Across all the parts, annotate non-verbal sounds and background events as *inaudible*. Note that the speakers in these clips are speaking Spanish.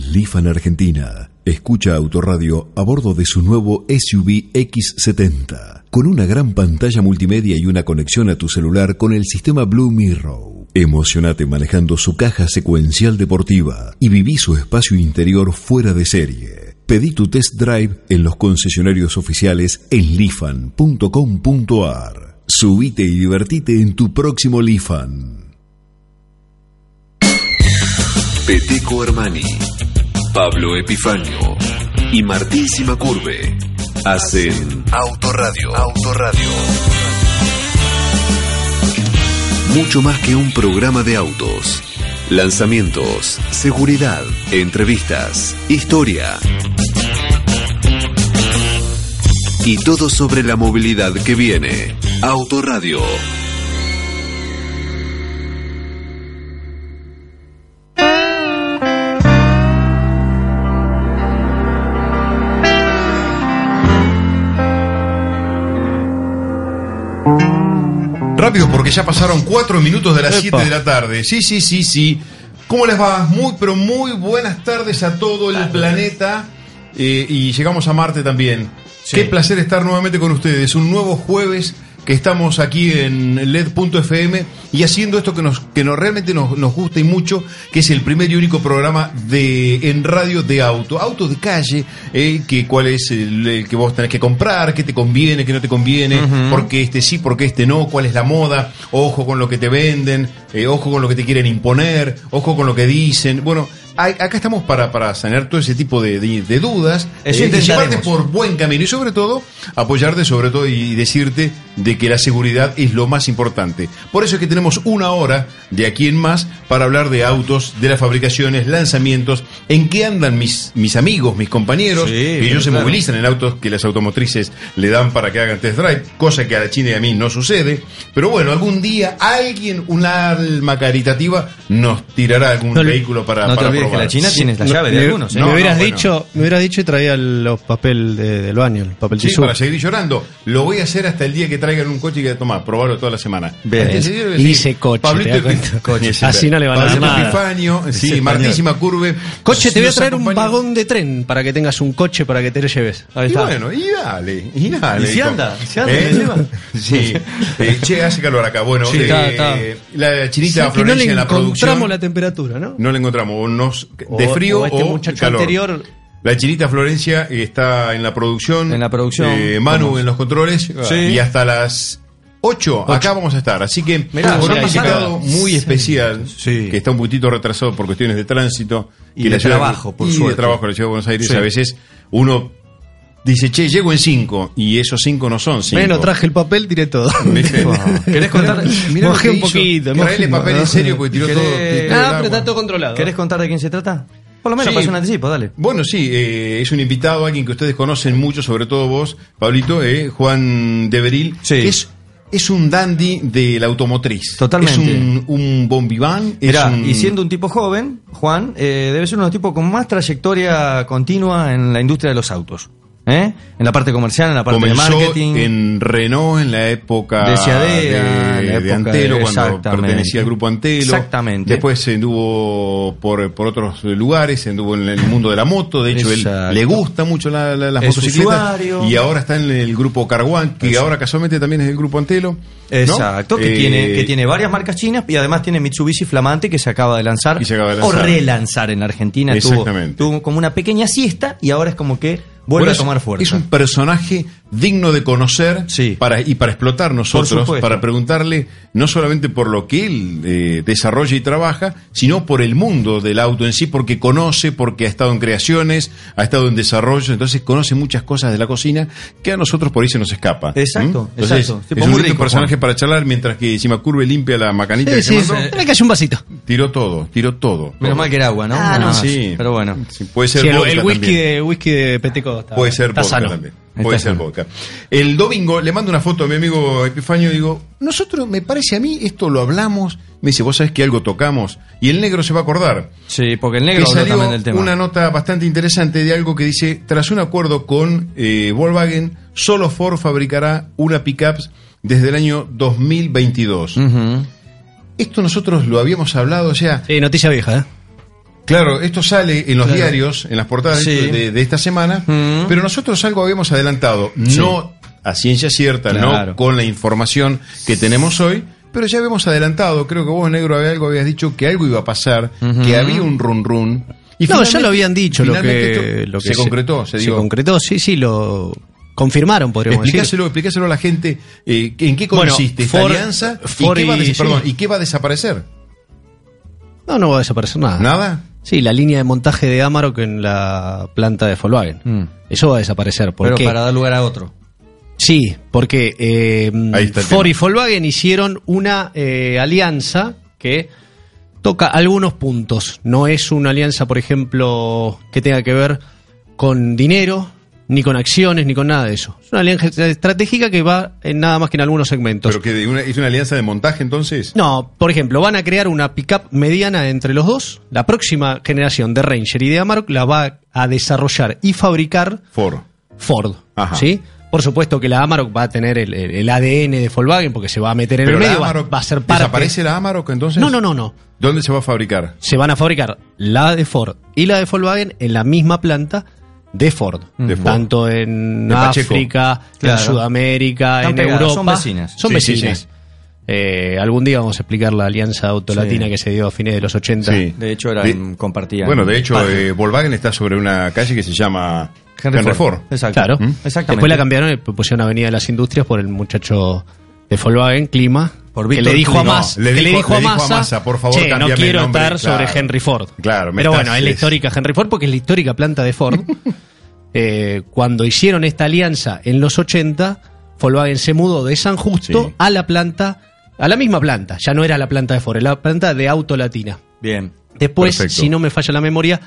Lifan Argentina. Escucha Autoradio a bordo de su nuevo SUV X70, con una gran pantalla multimedia y una conexión a tu celular con el sistema Blue Mirror. Emocionate manejando su caja secuencial deportiva y viví su espacio interior fuera de serie. Pedí tu test drive en los concesionarios oficiales en lifan.com.ar. Subite y divertite en tu próximo Lifan. Peteco Armani, Pablo Epifanio y Martín Curve hacen Autoradio. Autoradio. Mucho más que un programa de autos. Lanzamientos, seguridad, entrevistas, historia. Y todo sobre la movilidad que viene. Autoradio. Rápido, porque ya pasaron cuatro minutos de las 7 de la tarde. Sí, sí, sí, sí. ¿Cómo les va? Muy, pero muy buenas tardes a todo el planeta. Eh, y llegamos a Marte también. Qué placer estar nuevamente con ustedes. Un nuevo jueves que estamos aquí en E LED.fm y haciendo esto que nos, que nos realmente nos, nos gusta y mucho, que es el primer y único programa de en radio de auto. Auto de calle, eh, que cuál es el, el que vos tenés que comprar, qué te conviene, qué no te conviene, por qué este sí, por qué este no, cuál es la moda, ojo con lo que te venden, eh, ojo con lo que te quieren imponer, ojo con lo que dicen. Bueno, hay- acá estamos para, para sanear todo ese tipo de, de- de dudas, Eso eh, de intentaremos. llevarte por buen camino y sobre todo apoyarte sobre todo y decirte de que la seguridad es lo más importante. Por eso es que tenemos una hora de aquí en más para hablar de autos, de las fabricaciones, lanzamientos, en qué andan mis, mis amigos, mis compañeros, Sí, que bien, ellos se claro. movilizan en autos que las automotrices le dan para que hagan test drive, cosa que a la China y a mí no sucede. Pero bueno, algún día alguien, una alma caritativa, nos tirará algún No le- vehículo para, No te para olvides que probar. la China Sí. tienes la llave de me, algunos. ¿eh? me No, hubieras no, bueno. dicho, me hubieras dicho y traía los papel de- del baño, el papel Sí, tisú. para seguir llorando. Lo voy a hacer hasta el día que traigan un coche y que tomar, probarlo toda la semana. Bien. Antes de ir, Y dice coche, Pablito te das Epi- cuenta. coche, sí, Así no le van a Pablito dar nada. Epifanio, Es sí, español. Martísima Curve. Coche, te voy a Nos traer un acompaña- vagón de tren para que tengas un coche para que te lo lleves. Ahí Y está. bueno, y dale, y dale. Y si hijo. anda, si anda, ¿Eh? me lleva. Sí. Eh, che, hace calor acá. Bueno, Sí, eh, está, está. la Si chinita al final Florencia en la encontramos producción. la temperatura, ¿no? No la encontramos. O nos, de O- frío o o, este muchacho calor. anterior. La chinita Florencia eh, está en la producción. En la producción. Eh, Manu Vamos. en los controles. Ah, Sí. Y hasta las 8, acá vamos a estar. Así que Mirá, con sí, un ahí se invitado queda. muy Sí. especial Sí. que está un poquitito retrasado por cuestiones de tránsito. Y que de la ciudad- trabajo, por y de suerte. trabajo en la ciudad de Buenos Aires. Sí. A veces uno dice, che, llego en 5 y esos 5 no son 5. Bueno, traje el papel, *laughs* tiré todo. ¿Querés contar? Mirá lo Mojé que un hizo. poquito. Traele mojé- papel en serio porque tiró ¿Querés- todo. Ah, No, pero está todo controlado. ¿Querés contar de quién se trata? Por lo menos Sí. pasa un anticipo, dale. Bueno, sí, eh, es un invitado, alguien que ustedes conocen mucho, sobre todo vos, Pablito, eh, Juan Deveril. Sí. que Es, es un dandy de la automotriz. Totalmente. Es un, un bombiván. es Mirá, un- y siendo un tipo joven, Juan, eh, debe ser uno de los tipos con más trayectoria continua en la industria de los autos. ¿eh? En la parte comercial, en la parte Comenzó de marketing. en Renault en la época De Ciadea, de, en la de época Antelo, de- cuando exactamente. pertenecía al grupo Antelo. Exactamente. Después se anduvo por, por otros lugares, anduvo en el mundo de la moto. De hecho, Exacto. él le gusta mucho la- la- las Es motocicletas. usuario. Y ahora está en el grupo Carguán, que ahora casualmente también es el grupo Antelo. ¿no? Exacto, que, Eh, tiene, que tiene varias marcas chinas y además tiene Mitsubishi Flamante que se acaba de lanzar, Y se acaba de lanzar. o relanzar en la Argentina. Tuvo- Exactamente. Tuvo, como una pequeña siesta y ahora es como que vuelve bueno, a tomar es- fuerza. Es un personaje digno de conocer Sí. para, y para explotar Por nosotros, supuesto. para preguntarle no solamente por lo que él eh, desarrolla y trabaja, sino por el mundo del auto en sí, porque conoce, porque ha estado en creaciones, ha estado en desarrollo, entonces conoce muchas cosas de la cocina que a nosotros por ahí se nos escapa. Exacto, ¿Mm? Entonces, exacto. Tipo Es un muy lindo rico, personaje Juan. para charlar mientras que Curve limpia la macanita Sí, que se sí, mandó. sí. Me cayó un vasito. Tiró todo, tiró todo. Menos todo. mal que era agua, ¿no? Ah, Nada no. más. Sí. Pero bueno. Sí, puede ser Sí, el, vodka el whisky también. de, whisky de Peteco está, Puede ser está vodka sano. también. Está Puede ser sano. vodka. El domingo le mando una foto a mi amigo Epifanio y digo, nosotros, me parece a mí, esto lo hablamos. Me dice, vos sabés que algo tocamos. Y el negro se va a acordar. Sí, porque el Que negro habló salió también del tema. una nota bastante interesante de algo que dice, tras un acuerdo con eh, Volkswagen, solo Ford fabricará una pickup desde el año 2022. Ujú. Esto nosotros lo habíamos hablado, o sea, Sí, noticia vieja, ¿eh? Claro, esto sale en los Claro. diarios, en las portadas de- Sí. de, de esta semana, Mm. pero nosotros algo habíamos adelantado, no a ciencia cierta, no Claro. con la información que tenemos hoy, pero ya habíamos adelantado, creo que vos, Negro, había- algo habías dicho que algo iba a pasar, que había un run run. Y No, ya finalmente- lo habían dicho. Lo finalmente que, esto lo que se, concretó, se, dio. concretó, sí, sí, lo confirmaron, podríamos decir. Explícáselo, explícáselo a la gente eh, en qué Bueno, consiste esta Ford- alianza y Ford qué va a y- des- perdón, sí. y qué va a desaparecer. No, no va a desaparecer nada. ¿Nada? Sí, la línea de montaje de Amarok en la planta de Volkswagen. Mm. Eso va a desaparecer. ¿Por Pero qué? para dar lugar a otro. Sí, porque eh, Ahí está el Ford tema. y Volkswagen hicieron una eh, alianza que toca algunos puntos. No es una alianza, por ejemplo, que tenga que ver con dinero, ni con acciones, ni con nada de eso. Es una alianza estratégica que va en nada más que en algunos segmentos. Pero que de una- es una alianza de montaje entonces. No, por ejemplo, van a crear una pickup mediana entre los dos. La próxima generación de Ranger y de Amarok la va a desarrollar y fabricar Ford. Ford. Ajá. ¿sí? Por supuesto que la Amarok va a tener el, el- el ADN de Volkswagen porque se va a meter en Pero el la medio, va- Amarok- va, a ser parte. ¿Desaparece la Amarok entonces? No, no, no, no. ¿Dónde se va a fabricar? Se van a fabricar la de Ford y la de Volkswagen en la misma planta de Ford. De Ford. Tanto en De Pacheco. África, Claro. en Sudamérica, Están en pegadas, Europa. son vecinas. Son Sí, sí, vecinas. sí. Eh, algún día vamos a explicar la alianza autolatina Sí. que se dio a fines de los 80. Sí. De hecho, eran, De- compartían. Bueno, de hecho, patria. eh, Volkswagen está sobre una calle que se llama Henry Ford. Exacto. Claro. ¿Mm? Exactamente. Después la cambiaron y pusieron Avenida de las Industrias por el muchacho de Volkswagen, Clima. Por que Víctor le dijo Clima. a Massa, No, le que dijo- le dijo a Massa, Massa, por favor, "Che, no cámbiame el quiero nombre", estar claro. sobre Henry Ford. Claro, me Pero estás- bueno, es la es- histórica Henry Ford porque es la histórica planta *laughs* de Ford. Eh, cuando hicieron esta alianza en los 80, Volkswagen se mudó de San Justo Sí. a la planta, a la misma planta. Ya no era la planta de Ford, era la planta de Auto Latina. Bien. Después, Perfecto. si no me falla la memoria,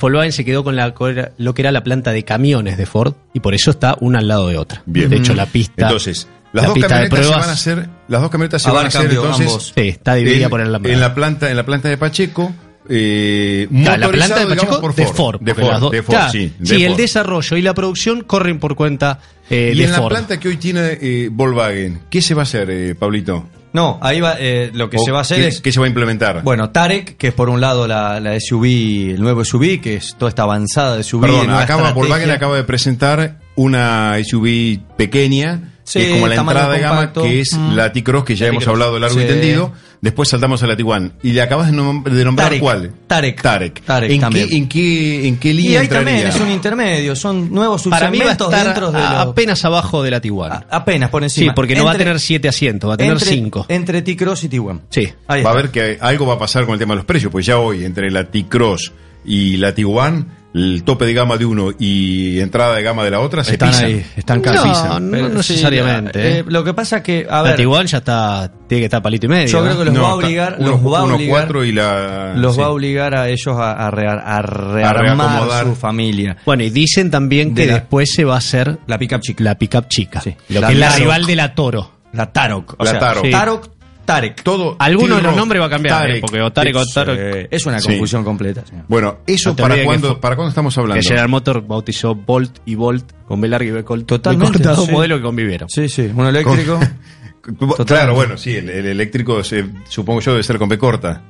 Volkswagen se quedó con la, co- era- lo que era la planta de camiones de Ford y por eso está una al lado de otra. Bien. De hecho, la pista. Entonces, las la dos pista de camionetas se van a pruebas hacer, las dos camionetas se van a Abarcan hacer bio- entonces ambos. sí, está dividida en, por el alambrado. en la planta, en la planta de Pacheco. Eh, Claro, la planta de motorizado, digamos, Pacheco por de Ford. de porque Ford, las dos- de Ford, claro, sí, de sí, el Ford. desarrollo y la producción corren por cuenta eh, y de en la Ford. planta que hoy tiene eh, Volkswagen, ¿qué se va a hacer, eh, Pablito? No, ahí va. eh, lo que ¿O se va a hacer qué- es. ¿Qué se va a implementar? Bueno, Tarek, que es por un lado la, la SUV, el nuevo SUV, que es toda esta avanzada de SUV. Perdón, nueva acaba, Volkswagen estrategia. acaba de presentar una SUV pequeña, Sí, que es como la tamaño entrada de gama, compacto. que es Mm. la T-Cross, que ya La hemos T-Cross. hablado largo y Sí. tendido. Después saltamos a la Tiguan. ¿Y le acabas de, nom- de nombrar Tarek. cuál? Tarek. Tarek. Tarek ¿En, también. Qué, en, qué, ¿En qué línea Y ahí entraría? también es un intermedio, son nuevos Para mí va a subsegmentos estar dentro de a- los- apenas abajo de la Tiguan. a- apenas por sí, encima. porque no va a Entre- tener siete asientos, va a tener entre- cinco. Entre T-Cross y T-Wan. Sí. Ahí va a está. ver que algo va a pasar con el tema de los precios, pues ya hoy entre la T-Cross y la Tiguan, el tope de gama de uno y entrada de gama de la otra se Están pisan. ahí, están No, pisan. no Pero sí, necesariamente. eh, eh. lo que pasa es que, a la ver, Tiguan ya está, tiene que estar palito y medio. Yo ¿no? creo que los va a está- obligar- uno- los va a uno obligar- cuatro y la... los Ah, sí. va a obligar a ellos a, a rea- a rearmar reacomodar. su familia. Bueno, y dicen también que De la- después se va a hacer La pickup chica. la pickup chica. Sí. Lo La que es la Tarok. rival de la Toro. La Tarok. O La sea, Tarok. Sí. Tarok, Tarek. Todo Alguno de los T-Roc, nombres va a cambiar, eh, Tarek, porque o Tarek o T-Roc. Tarok. Eh, es una Sí. confusión completa. señor. Bueno, eso No te para olvides que cuándo fue- para cuándo estamos hablando. Que General Motors bautizó Bolt y Bolt con B larga y B corta. Totalmente, Totalmente. dos sí. modelos que convivieron. Sí, sí, uno eléctrico. *laughs* Claro, Totalmente. bueno, sí, el, el eléctrico se- supongo yo debe ser con B corta.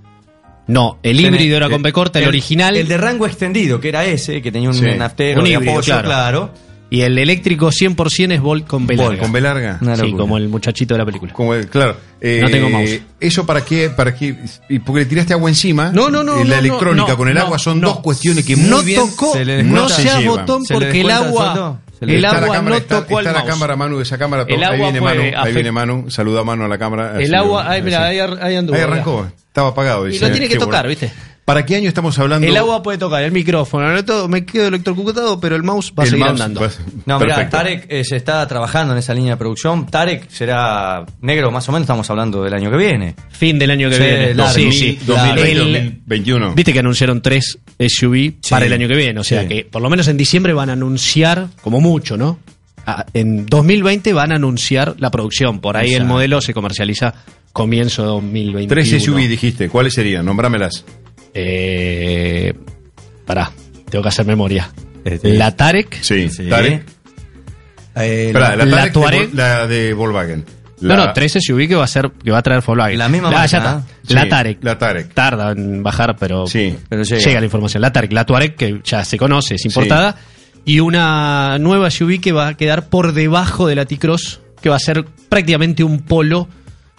No, el Tenés- híbrido era con B corta, el, original. El de rango extendido, que era ese, que tenía un Sí. naftero, Un de híbrido, apoyo, claro. y el eléctrico 100% es Bolt con B larga. Con B larga. Una Sí, locura. como el muchachito de la película. Como el- claro. eh, No tengo mouse. Eso para qué, para qué, y porque le tiraste agua encima. No, no, no, eh, La no, no, electrónica no, con el no, agua son no. dos cuestiones que muy no bien tocó, se no le descuenta, seas se llevan. botón ¿Se le porque el descuenta el agua, sueldo? ¿Se el, le Está la agua cámara, no está- tocó está al la mouse. cámara, Manu, esa cámara El toca. Ahí agua viene fue Manu, ahí afect- viene Manu, saluda a Manu a la cámara. El Así, agua, ahí, así. mira, ahí, ar- ahí anduvo. Ahí arrancó, estaba apagado. Y dice, lo tiene que qué tocar, bueno. ¿viste? ¿Para qué año estamos hablando? El agua puede tocar, el micrófono, no todo, me quedo electrocutado, pero el mouse va a El seguir mouse andando. va a ser- No, mira, Perfecto. Tarek eh, se está trabajando en esa línea de producción. Tarek será negro, más o menos, estamos hablando del año que viene. Fin del año que Sí, viene. largo. Sí, 2000, sí. 2020, El- 2021. Viste que anunciaron tres SUV Sí. para el año que viene, o sea Sí. que por lo menos en diciembre van a anunciar, como mucho, ¿no? Ah, En 2020 van a anunciar la producción, por ahí el Exacto. modelo se comercializa comienzo de 2021. Tres SUV dijiste, ¿cuáles serían? Nombrámelas. Eh, pará, tengo que hacer memoria. Este. La Tarek, Sí, Sí. Tarek. Eh, Esperá, Eh, la, la Tarek de Touareg. Vol- la de Volkswagen. La- No, no, 13 SUV que va a ser, que va a traer Volkswagen. La misma ya marca, está. La Sí, Tarek. la Tarek. Tarda en bajar, pero, Sí, pero llega. la información. La Tarek, la Tuareg, que ya se conoce, es importada. Y una nueva SUV que va a quedar por debajo de la T-Cross, que va a ser prácticamente un polo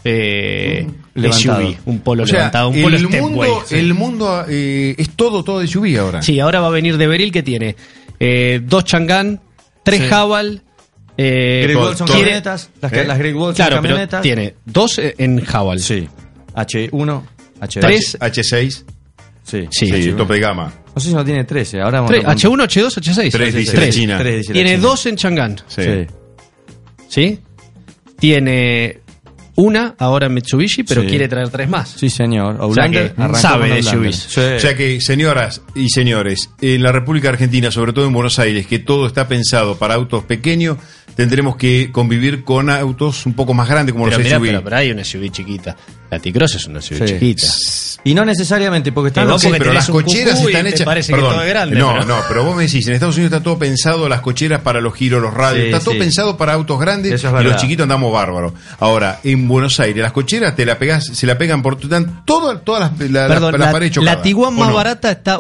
eh, Levantado. SUV. Un polo O sea, levantado, un polo el, stepway. mundo, Sí. el mundo eh, es todo, todo de SUV ahora. Sí, ahora va a venir de Beril que tiene eh, dos Chang'an, tres Sí. Jawal. eh, Great todo- Wall son todo- camionetas. Las, que- ¿Eh? las Great Wall claro, son pero camionetas. tiene dos eh, en Jawal. Sí. H1, H2. Tres. H6, Sí. Sí. sí, H1. tope de gama. No sé si no tiene 13. Ahora vamos Tres, a H1, H2, H6. Tres, dice Tres. China. Tiene dos en Chang'an, Sí. Sí. ¿sí? Tiene una ahora en Mitsubishi, pero Sí. quiere traer tres más. Sí, señor. sea Outlander que arrancó sabe con de Outlander. SUVs. Sí. O sea que, señoras y señores, en la República Argentina, sobre todo en Buenos Aires, que todo está pensado para autos pequeños, tendremos que convivir con autos un poco más grandes como Pero, los mirá, SUV. pero, pero hay una SUV chiquita. La T-Cross es una SUV Sí. chiquita. y no necesariamente porque está Y vos Sí, porque pero tenés las un cocheras cucú y están te hechas. parece que todo es grande, no, pero- no, pero vos me decís, en Estados Unidos está todo pensado, las cocheras para los giros, los radios, Sí, está todo sí. pensado para autos grandes Eso es y los verdad. chiquitos andamos bárbaros. Ahora, en Buenos Aires, las cocheras te la pegás, se la pegan por dan todas, todas las, la, Perdón, la, la, la pared chocada, la Tiguan ¿o más no? barata está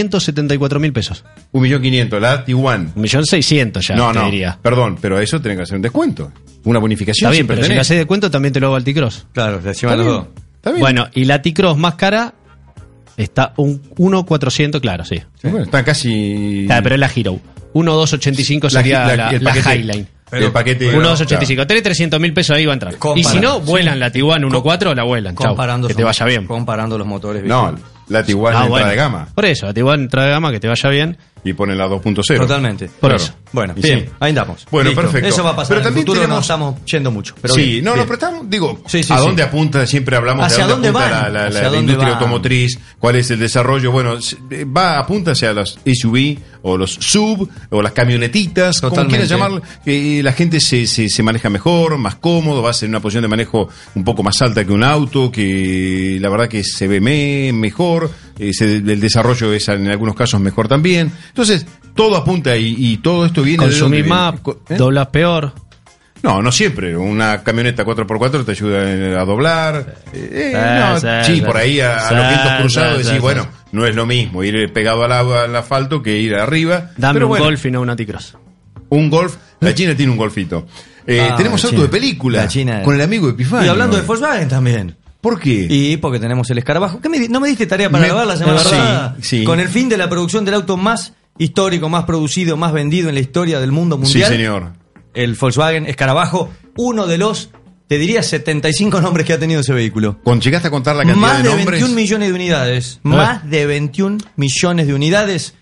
1.574.000 pesos. Un millón quinientos, la Tiguan. 1.600.000 ya, no, te no, diría. perdón, pero eso tiene que hacer un descuento. Una bonificación Está bien, siempre pero si me tenés. haces de cuento también te lo hago al T-Cross. Claro, le llevan los dos. Está bien. Bueno, y la T-Cross más cara está un 1.400, claro, sí. Sí, bueno, está casi... Claro, pero es la Hero. 1.285 La- sería la, la- el la paquete. Highline. El paquete... 1.285. Tenés 300 mil pesos ahí va a entrar. Compara- y si no, sí. vuelan la Tiguan 1.4, la vuelan. Chau, Comparando que te son- vaya bien. Comparando los motores. No, viste. la Tiguan Ah, entra bueno. de gama Por eso, la Tiguan entra de gama, que te vaya bien. y pone la 2.0. Totalmente. Por Claro. eso. Bueno, Y bien, sí. ahí andamos. Bueno, perfecto. Eso va a pasar. Pero En el también futuro tenemos- no estamos yendo mucho. Pero sí, bien, no, bien. no, pero estamos, digo, Sí, sí, ¿a sí. dónde apunta? Siempre hablamos ¿Hacia de dónde apunta van? la, la- ¿Hacia la dónde industria van? automotriz, cuál es el desarrollo. Bueno, se- eh, va apunta hacia los SUV o los sub o las camionetitas, como Totalmente. quieras llamarlo. Eh, la gente se, se, se maneja mejor, más cómodo, va a ser una posición de manejo un poco más alta que un auto, que la verdad que se ve me- mejor, eh, se- el desarrollo es en algunos casos mejor también. Entonces, todo apunta y, y todo esto viene Consumís de dónde más, viene. Co- ¿eh? doblas peor. No, no siempre. Una camioneta 4x4 te ayuda a doblar. Eh, Ah, no, sí, sí, sí. por ahí a, a los Sí, vientos cruzados sí, decís, sí, bueno, sí. no es lo mismo ir pegado al, agua- al asfalto que ir arriba. Dame Pero un bueno, golf y no una T-Cross. Un golf. La China tiene un golfito. Eh, Ah, tenemos la auto China. de película. La China. Con el amigo Epifanio. Y hablando de Volkswagen también. ¿Por qué? Y porque tenemos el escarabajo. ¿Qué me di- ¿No me diste tarea para Me- grabar la semana sí, pasada? sí. Con el fin de la producción del auto más histórico, más producido, más vendido en la historia del mundo sí, mundial. señor. El Volkswagen Escarabajo, uno de los, te diría, 75 nombres que ha tenido ese vehículo. Cuando llegaste a contar la cantidad Más de, nombres. 21 millones de unidades. Más de 21 millones de unidades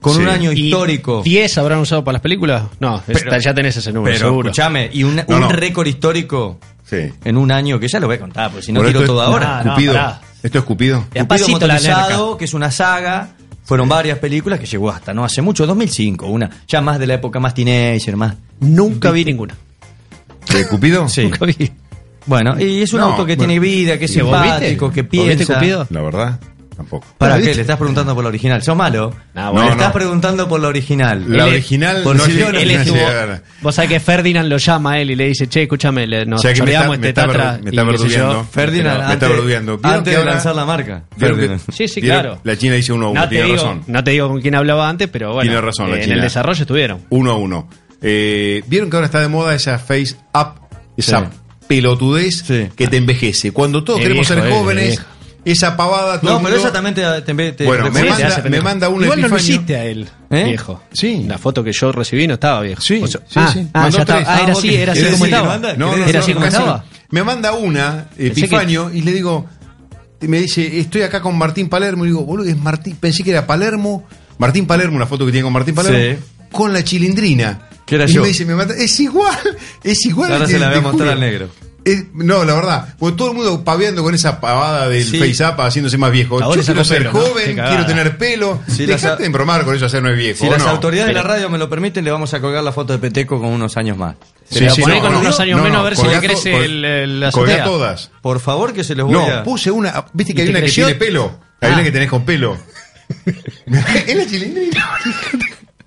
con Sí. un año ¿Y histórico. 10 habrán usado para las películas? No, es- Pero- ya tenés ese número, Pero seguro. escúchame, y un, No, un no. récord histórico Sí. en un año que ya lo voy a contar, porque si no Bueno, tiro esto todo es ahora. No, no, Cupido. pará. Esto es Cupido. De a Cupido pasito la motorizado, que es una saga. Fueron varias películas que llegó hasta no hace mucho, 2005, una ya más de la época más teenager, más. Nunca vi ninguna. ¿Eh, ¿Cupido? Nunca vi. Bueno, y es un No, auto que bueno. tiene vida, que es ¿Y vos simpático, viste? que ¿Vos viste piensa. Cupido? La verdad, tampoco. ¿Para ¿Viste? qué? Le estás preguntando por la original. ¿Sos malo? No, Le bueno, estás no. preguntando por la original. La Él es- original por no si llega- yo no- Él no estuvo- llega. vos sabés que Ferdinand lo llama a él y le dice, che, escúchame, le, nos O sea que me está- choreamos me este está tatra. ver- me está y qué sé yo. verdugueando. Ferdinand, Me está antes- boludeando. ¿Vieron antes que de ahora- lanzar la marca. Vieron que- Ferdinand. Sí, sí, vieron- claro. La China dice uno a uno, No te, tiene digo, razón. no te digo con quién hablaba antes, pero bueno. eh, Tiene razón la en China. el desarrollo estuvieron. Uno a uno. Eh, Vieron que ahora está de moda esa face up, esa Sí. pelotudez Sí. que te envejece. Cuando todos Es queremos viejo, ser es jóvenes, viejo. esa pavada. todo No, el pero mundo- esa también te, te, te Bueno, me recuerda. Sí, te manda- hace pendejo. me manda un Igual no lo Epifanio. hiciste a él, ¿Eh? viejo. Sí. La foto que yo recibí no estaba viejo. Sí, O sea, sí, ah, sí. ah, Mandó ya estaba. tres. Ah, era Ah, así, vos era querés así como decir que estaba. manda- No, no, Era no, así como casi. estaba. Me manda una, que- Epifanio, y le digo, y me dice, estoy acá con Martín Palermo. Y digo, boludo, es Martín, pensé que era Palermo. Martín Palermo, una foto que tiene con Martín Palermo. Sí. Con la chilindrina. Que era y yo. me dice, me mata, es igual, es igual. Ahora te- se la voy a te mostrar juro. al negro. Es- no, la verdad, porque todo el mundo paveando con esa pavada del Sí. face up haciéndose más viejo. Ahora Yo sacó quiero ser pelo, ¿no? Qué joven, cagada. quiero tener pelo. Si las Dejate au- de bromar con eso, hacerme viejo. Si ¿o las no? autoridades de la radio me lo permiten, le vamos a colgar la foto de Peteco con unos años más. Sí, Pero sí, poné no, con no. unos años No, menos no, a ver si colgá le crece to- el, el- la colgá azotea. todas. Por favor, que se los voy No, a... puse una. ¿Viste que ¿Y hay te una que creció? tiene pelo? Hay Ah. una que tenés con pelo. es la chilindrina.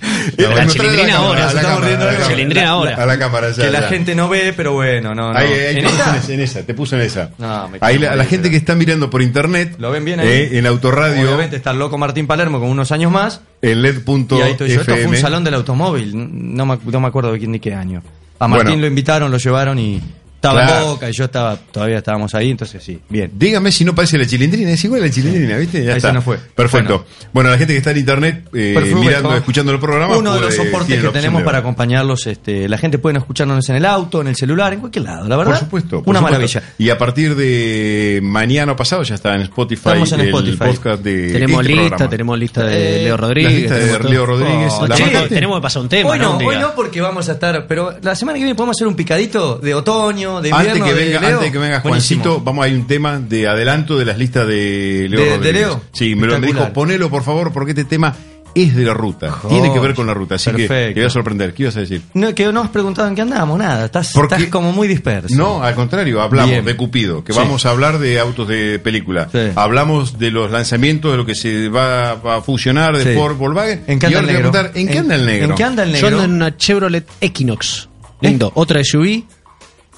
Nos trae La cilindrina cámara, ahora, a se está cámara, mordiendo a la cámara. cilindrina ahora. A la cámara, ya, que la ya. gente no ve, pero bueno, no, no. Ahí, ahí, ¿En te esta? puso en esa- en esa, te puso en esa. No, me ahí cago la, en la la gente vida. que está mirando por internet, Lo ven bien ahí. eh, en Autoradio, Obviamente está el loco Martín Palermo con unos años más. en Y ahí estoy yo. Esto fue un led.fm. salón del automóvil. No me, no me acuerdo de quién ni qué año. A Martín Bueno. lo invitaron, lo llevaron y estaba Claro. en Boca y yo estaba, todavía estábamos ahí, entonces sí. Bien. Dígame si no parece la chilindrina, es igual a la chilindrina, ¿viste? Ya Ahí está. se nos fue. Perfecto. Bueno. la gente que está en internet eh, Perfume, mirando, ¿no? escuchando el programa. pues, Uno de los puede- soportes tiene que la opción tenemos de para ver. acompañarlos, este, la gente puede escucharnos en el auto, en el celular, en cualquier lado, la verdad. Por supuesto. por una supuesto. maravilla. Y a partir de mañana o pasado ya está en Spotify, Estamos en el Spotify. podcast de tenemos este lista, programa. tenemos lista de Eh, Leo la Rodríguez. lista de tenemos todo. Leo Rodríguez. Oh, la Che, mataste. tenemos que pasar un tema, hoy ¿no? no, Un día. hoy no porque vamos a estar, pero la semana que viene podemos hacer un picadito de otoño, de Antes invierno. que, de venga, Leo. antes que venga Buenísimo. Juancito, vamos a ir un tema de adelanto de las listas de Leo ¿De- de Rodríguez. Leo? Sí, me lo me dijo, Espectacular. ponelo por favor, porque este tema es de la ruta. Tiene que ver con la ruta, así que Perfecto. te voy a sorprender. ¿Qué ibas a decir? No, que no has preguntado en qué andamos, nada. Estás, Porque- estás como muy disperso. No, al contrario, hablamos Bien. de Cupido, que Sí. vamos a hablar de autos de película. Sí. Hablamos de los lanzamientos, de lo que se va a fusionar de Sí. Ford Volkswagen. ¿En qué y ahora te voy anda el a negro? preguntar, ¿en qué anda el negro? ¿En qué anda el Yo negro? ando en una Chevrolet Equinox. Lindo. Otra SUV.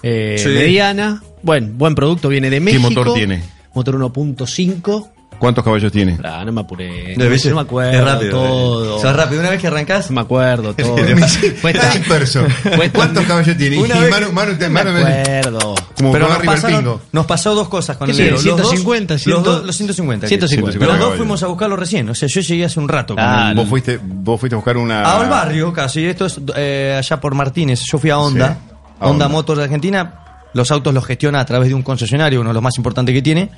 Eh, Sí. Mediana. Bueno, buen producto. Viene de México. motor tiene? Motor 1.5. ¿Cuántos caballos tiene? Ah, no me apuré. No, No, ¿viste? me acuerdo Es rápido, todo. eh. Sos rápido. Una vez que arrancás, No me acuerdo *laughs* todo. Está disperso. Cuesta- ¿Cuántos caballos tiene? Y Una vez- Manu, Manu, te- No me Manu- acuerdo. como pero con nos, Harry pasaron, Bertingo. nos pasó dos cosas con ¿Qué el tiene? negro. Los dos- 150, los, 100. dos- los 150. 150. Los dos Caballo. fuimos a buscarlo recién. O sea, yo llegué hace un rato. con Ah, el- Vos fuiste, vos fuiste a buscar una. a al barrio casi. Esto es eh, allá por Martínez. Yo fui a Honda. Sí, a Honda, Honda. Motors de Argentina. Los autos los gestiona a través de un concesionario, uno de los más importantes que tiene,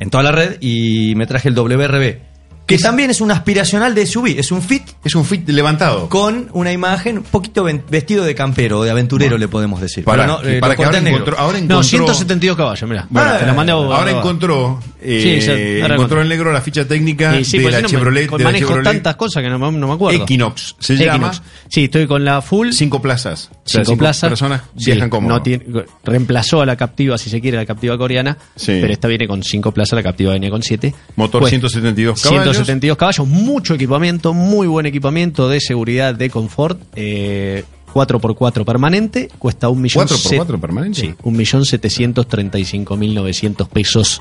en toda la red. Y me traje el WRB. Que también es un aspiracional de SUV. Es un fit Es un fit levantado. con una imagen un poquito ven- vestido de campero, de aventurero, le podemos decir. Pará, Pero no, que- eh, para que lo corté ahora en negro. encontró, ahora encontró. No, 172 caballos, mira. Bueno, te lo mandé a vos. ahora a vos. encontró, eh, Sí, ya, ahora encontró el negro la ficha técnica Sí, sí, de, porque la yo no me- Chevrolet, con- de la manejo Chevrolet tantas cosas que no, me- no me acuerdo. Equinox. Se llama Equinox. Sí, estoy con la full. cinco plazas. O sea, cinco, plazas. personas Sí, viajan cómodo. no tiene- reemplazó a la captiva, si se quiere, a la captiva coreana. Sí. Pero esta viene con cinco plazas, la captiva venía con siete. Motor Pues, 172 caballos. 172 caballos, mucho equipamiento, muy buen equipamiento de seguridad, de confort. Eh, 4x4 permanente, cuesta un millón 4x4 permanente. Sí, un millón setecientos treinta y cinco mil novecientos pesos.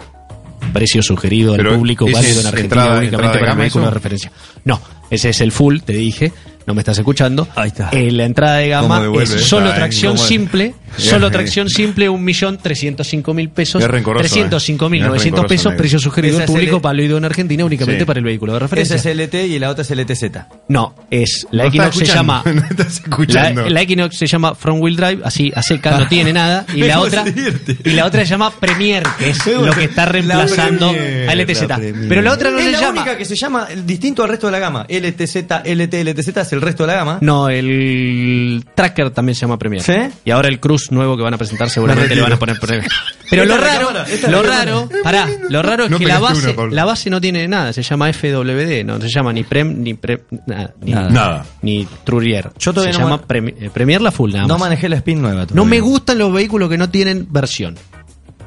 Precio sugerido al Pero público ese válido es en Argentina entrada- entrada únicamente de para gama vehículos eso. de referencia. No, ese es el full, te dije, no me estás escuchando. Ahí está. Eh, la entrada de gama Cómo devuelve, es solo está, ¿eh? tracción Cómo- *laughs* simple, solo tracción simple, un millón trescientos cinco mil pesos, Es rencoroso, eh. trescientos cinco mil Es novecientos rencoroso, eh. pesos, negro. precio sugerido al Esa es el- e- público válido en Argentina únicamente Sí. para el vehículo de Esa referencia. es LT y la otra es LTZ. No, es la No Equinox se estás llama escuchando, *laughs* no estás la, escuchando. Ah. la Equinox se llama Front Wheel Drive, así a seca no *laughs* tiene nada y la Dejemos otra seguirte. y la otra se llama Premier, que es lo que está reemplazando Premier, a LTZ. la Premier. Pero la otra no es se la llama. única que se llama eh, distinto al resto de la gama. LTZ, LT, LTZ es el resto de la gama. No, el Tracker también se llama Premier. ¿Sí? Y ahora el Cruz nuevo que van a presentar seguramente le van a poner Premier. Pero *laughs* lo Esta es la raro, cámara, esta es lo la raro, pará, lo raro es No que la pegaste base, una, Pablo. la base no tiene nada, se llama FWD, no se llama ni Prem, ni Prem, nada, ni, Nada. Nada. ni Trurier. Yo todavía se no llama man- Premi- eh, Premier la full nada No más. manejé la spin nueva. todavía. No me gustan los vehículos que no tienen versión.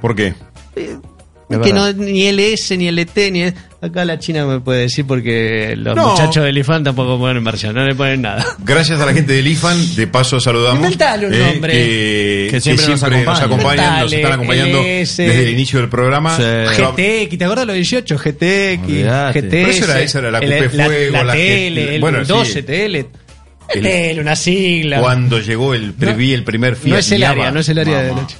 ¿Por qué? Es que no, verdad. ni LS, ni LT, ni. Acá la China me puede decir porque los No. muchachos del IFAN tampoco ponen versión, no le ponen nada. Gracias a la gente del IFAN, de paso saludamos. eh, Inventale un nombre. que, Que siempre que nos nos acompañan. acompañan, nos Inventale, están acompañando LS. desde el inicio del programa. Sí. Pero- GTX, ¿te acuerdas los 18? GTX, Olvidate. GTS. Pero eso era- esa era la Coupé la, Fuego, la la TL, GT. el Bueno, sí. 12 TL. El- TL, una sigla. Cuando llegó el previ, el primer Fiat no es el Miaba, área, no es el área de mamá, leche.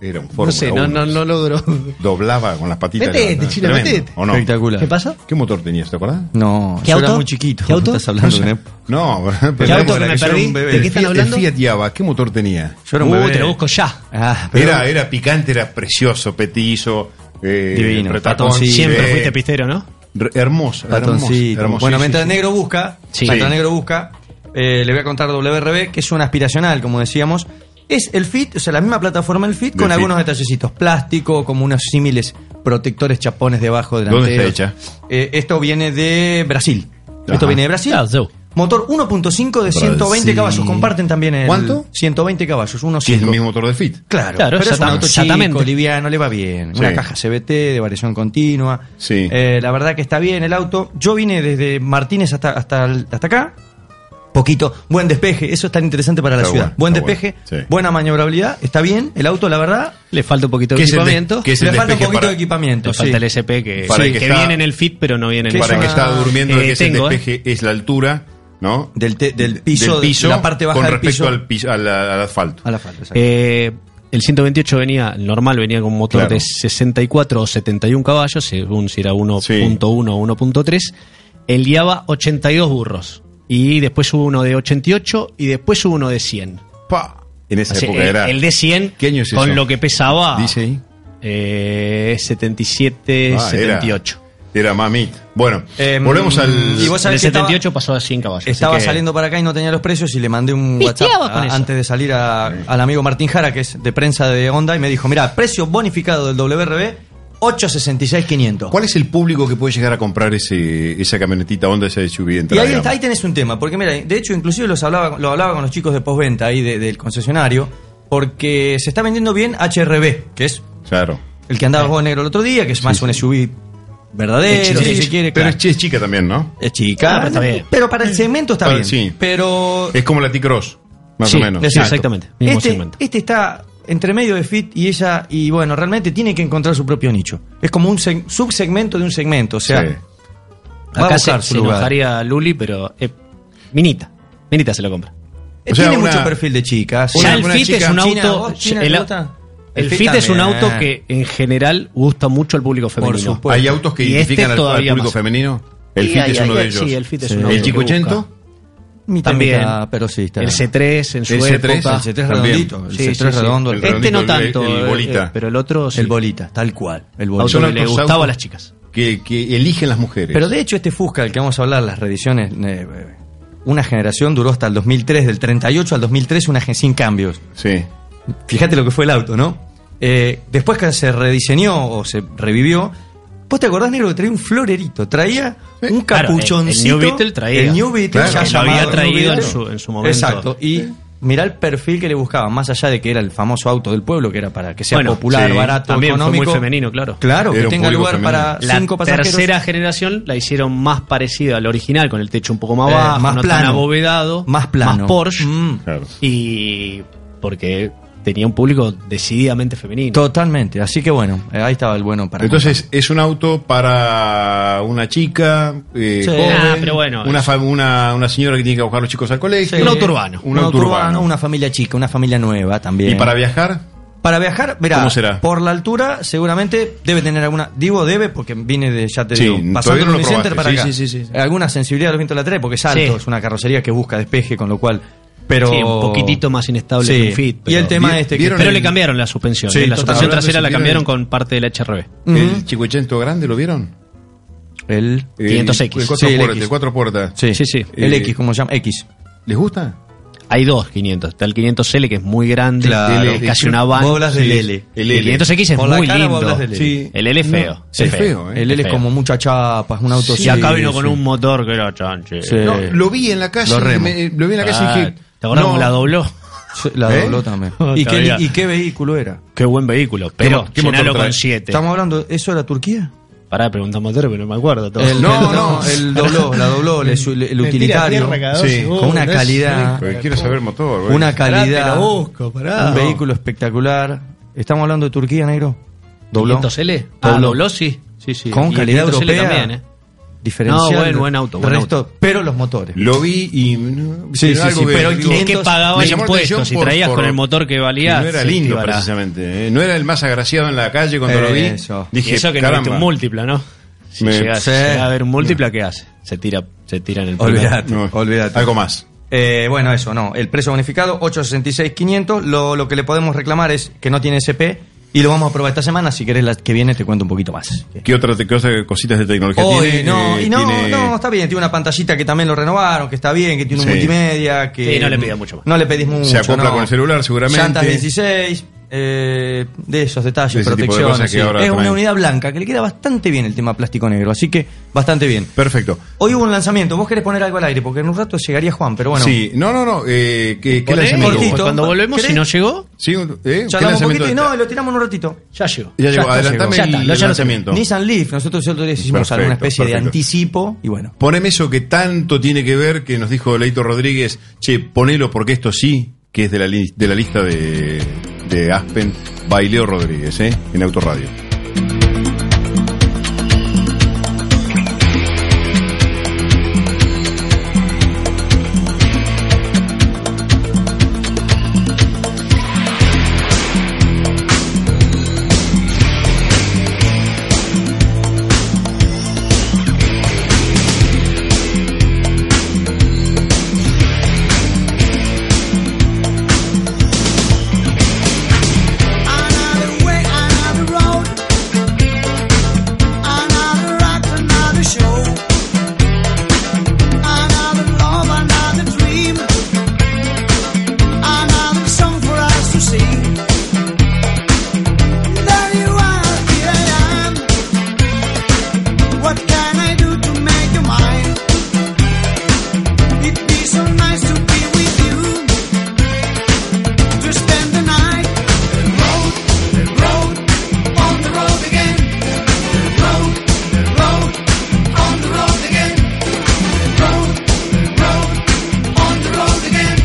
Era un Fórmula No sé, no, Uno. no, no logró. Doblaba con las patitas. Metete, levantadas. chino, Tremendo, metete. ¿o no? Espectacular. ¿Qué pasa? ¿Qué motor tenías, te acordás? No, ¿Qué yo auto? era muy chiquito. ¿Qué auto? Estás hablando de una época- No, *laughs* pero ¿Qué auto que era me que yo era un perdí? bebé. ¿De qué están Fiat- hablando? El Fiat Yaba, ¿qué motor tenía? Yo era un Uh, bebé. te lo busco ya. Ah, pero- Era, era picante, era precioso, petizo, eh, Divino, retacón, patoncito. Siempre eh, fuiste pistero, ¿no? re- hermoso, hermoso, Ratoncito. hermoso. Bueno, Sí, mientras sí, sí. Negro busca, Sí. mientras Sí. Negro busca, eh, le voy a contar WRB, que es una aspiracional, como decíamos. Es el Fit, o sea, la misma plataforma del Fit, Del con Fit. algunos detallecitos. Plástico, como unos símiles protectores chapones debajo del ¿Dónde está Eh, esto viene de Brasil. Ajá. Esto viene de Brasil. Ah, sí. Motor 1.5 de 120 caballos. Comparten también el... ¿Cuánto? 120 caballos, Sí, es el 1.5. mismo motor de Fit. Claro, Claro, pero es un exactam- auto exactamente. chico, liviano, le va bien. Sí. Una caja CBT de variación continua. Sí. Eh, la verdad que está bien el auto. Yo vine desde Martínez hasta, hasta, hasta acá. poquito. Buen despeje, eso es tan interesante para la Está ciudad. bueno, Buen está despeje, bueno, sí. buena maniobrabilidad, está bien. El auto, la verdad, Le falta un poquito de ¿Qué es el de- equipamiento. qué es el le falta un despeje poquito para- de equipamiento. Le sí. falta el SP que, Para el que que está- viene en el fit, pero no viene en el Para es el que una- está durmiendo, el Eh, que es el tengo, despeje es la altura, ¿no? Del te- del piso, Del piso, la parte baja con del respecto piso. Al, piso al, al asfalto. A la falta, exacto. Eh, el 128 venía, el normal venía con un motor Claro. de 64 o 71 caballos, según si era 1.1 Sí. o 1.3. El guiaba 82 burros. Y después hubo uno de 88 y después hubo uno de 100. Pa. En esa Así, época el, era. el de 100 ¿Qué año es con eso? lo que pesaba Dice ahí. eh, 77, Ah, era- 78. Era mamit. Bueno, Em, volvemos al. y vos sabés De que estaba- 78 pasó a 100 caballos. así Estaba que- saliendo para acá y no tenía los precios y le mandé un WhatsApp Pisteaba con a- eso. antes de salir a- al amigo Martín Jara, que es de prensa de Honda, y me dijo, mira, precio bonificado del WRB, 866.500. ¿Cuál es el público que puede llegar a comprar ese, esa camionetita Honda, esa SUV? Y entrada ahí, de está- gama? ahí tenés un tema, porque mira, de hecho inclusive los hablaba, lo hablaba con los chicos de postventa ahí de- del concesionario, porque se está vendiendo bien HRB, que es Claro. el que andaba el juego negro el otro día, que es más un SUV verdadero, Sí, si se quiere, Pero es chi- es chica también, ¿no? Es chica, Ah, pero está bien. pero para el segmento está Ah, bien. sí. Pero Es como la T-Cross, más Sí, o menos. exacto. exactamente, mismo este, segmento. este está entre medio de Fit y ella, y bueno, realmente tiene que encontrar su propio nicho. Es como un seg- subsegmento de un segmento, o sea, Sí. va a Acá buscar se, su se lugar. enojaría Luli, pero eh, Minita. Minita se lo compra. Eh, O sea, tiene una- mucho perfil de chicas. Ya el Fit es un China, auto. ¿vos, China, te el, gusta? el El Fit, Fit es un también. auto que en general gusta mucho al público femenino. supuesto. ¿Hay autos que Y identifican este al- al, todavía público más. femenino? El Sí, Fit hay- es hay- uno de hay- ellos. sí, el Fit es Sí. uno de ¿El ellos que busca. Chicuchento? Mitad, También. mitad, Ah, pero sí, está. El C3 en su El C3, época. el C3 también. redondito, el Sí, C3 sí, sí. redondo, el, El redondito, Este no el- tanto. el eh, bolita. eh, pero el otro sí. el bolita, tal cual, el bolita. Auto Son que le otros gustaba autos a las chicas. Que, que eligen las mujeres. Pero de hecho este Fusca, el que vamos a hablar, las reediciones, eh, eh, una generación duró hasta el 2003, del 38 al 2003, una gen- sin cambios. Sí. Fíjate lo que fue el auto, ¿no? Eh, después que se rediseñó o se revivió, ¿vos te acordás, negro, que traía un florerito? Traía un Claro, capuchoncito. el New Beetle traía. El New Beetle, Claro, ya que lo llamado había traído New en Beetle. su- en su momento. Exacto. Y mirá el perfil que le buscaban, más allá de que era el famoso auto del pueblo, que era para que sea Bueno, popular, sí. barato, También fue muy económico. femenino, claro. Claro, Era que un tenga público lugar para La cinco pasajeros. tercera generación la hicieron más parecida al original, con el techo un poco más Eh, bajo, más no tan plano. abovedado, Más plano. más Porsche. Mm. Claro. Y porque tenía un público decididamente femenino. Totalmente, así que bueno, eh, ahí estaba el bueno para Entonces, es un auto para una chica, eh, Sí. joven, Ah, pero bueno, una, es- fa- una, una señora que tiene que buscar a los chicos al colegio. Sí. Un auto urbano. Un auto urbano. una familia chica, una familia nueva también. ¿Y para viajar? Para viajar, verá, ¿Cómo será? por la altura seguramente debe tener alguna, digo debe porque viene de, ya te Sí, digo, pasando todavía no el lo Unicenter probaste. para Sí, acá. sí, sí, sí. Alguna sensibilidad a los vientos laterales porque es alto, Sí. es una carrocería que busca despeje, con lo cual, pero... Sí, un poquitito más inestable Sí. que un Fit. Y el tema Vi- este que... vieron Pero el- le cambiaron la suspensión. Sí, ¿eh? La total. suspensión Hablando de trasera la suspensiones- cambiaron con parte del HRB. Ujú. ¿El Chicuchento grande lo vieron? El... El- 500X. El cuatro Sí, el puertas. X. el cuatro puertas. Sí, sí, sí. El Eh, X, como se llama, X. ¿Les gusta? Hay dos 500. Está el 500L que es muy grande, Claro. es casi una van. Vos hablas del L. El, El L. 500X es Por la muy cara vos lindo. hablas del L. Sí. El L es feo. Sí, es feo, ¿eh? El L es feo. como mucha chapa, es un auto... Y sí, acá vino sí. con un motor que era chanche. Sí. No, lo vi en la calle. Lo Lo, remo. lo vi en la calle y Eh, Ah, dije. ¿Te acordás no, cómo la dobló? Sí, La ¿Eh? *laughs* dobló también. Oh, ¿Y, qué, todavía. ¿Y qué vehículo era? Qué buen vehículo, pero mo- qué motor llenalo trae? con 7. Estamos hablando, ¿eso era Turquía? Pará, pregunta motor, pero no me acuerdo todo. El- No, el- no. el dobló, la dobló, le su- le- el, Me tira a utilitario. tierra cada Sí, dos segundos, con una es calidad, rico. Porque quiero saber motor. güey. Una Pará, te calidad. la busco, pará. Un vehículo espectacular. Estamos hablando de Turquía, negro. Dobló. 500L. Ah, dobló, sí. Sí, sí. Con Y el calidad 500L europea. también, ¿eh? Diferencial. No, buen- buen auto, buen Resto- Pero los motores. Lo vi y. no, Sí, era sí, algo sí, pero digo, Es que pagaba me llamó la atención impuestos. Si por- traías por- con el motor que que valía. no era sí, te lindo, iba a- precisamente. ¿eh? No era el más agraciado en la calle cuando lo vi. Eso. Y Dije, eso que no caramba. viste un múltipla, ¿no? Si Me- llega, Sí. llega a ver un múltipla, ¿qué hace? Se tira, se tira en el Olvidate. primer. No, Olvídate. Algo más. Eh, bueno, eso, no. El precio bonificado, 866.500. Lo, lo que le podemos reclamar es que no tiene SP. Y lo vamos a probar esta semana. Si querés, la que viene te cuento un poquito más. ¿Qué otras te- qué otras cositas de tecnología Hoy, tiene? no, Eh, y no, tiene- no, está bien, tiene una pantallita que también lo renovaron, que está bien, que tiene un Sí. multimedia, que... Sí, no le pidas mucho más. No le pedís mucho, Se acopla no. con el celular, seguramente. Llantas 16, eh, de esos detalles, De ese tipo de protección. cosas que sí. ahora Es una traen. unidad blanca que le queda bastante bien el tema plástico negro, así que bastante bien. Perfecto. Hoy hubo un lanzamiento, vos querés poner algo al aire, porque en un rato llegaría Juan, pero bueno. sí, no, no, no. Eh, ¿qué, qué Poné, lanzamiento? cortito. Cuando volvemos, ¿Querés? si no llegó, Sí, un- eh, ¿Qué Charlamos un lanzamiento? poquito y no, lo tiramos en un ratito. ya llegó. Ya llegó, está, adelantame llegó. Ya el está, lo- ya lo lanzamiento. Nissan Leaf, nosotros el otro día hicimos Perfecto, alguna especie de perfecto. anticipo y bueno. Poneme eso que tanto tiene que ver que nos dijo Leito Rodríguez, che, ponelo porque esto sí, que es de la, li- de la lista de, de Aspen, Baileo Rodríguez, ¿eh? En Autoradio. What can I do to make you mine? It'd be so nice to be with you, to spend the night. Road, road, on the road again. Road, road, on the road again. Road, road, on the road again.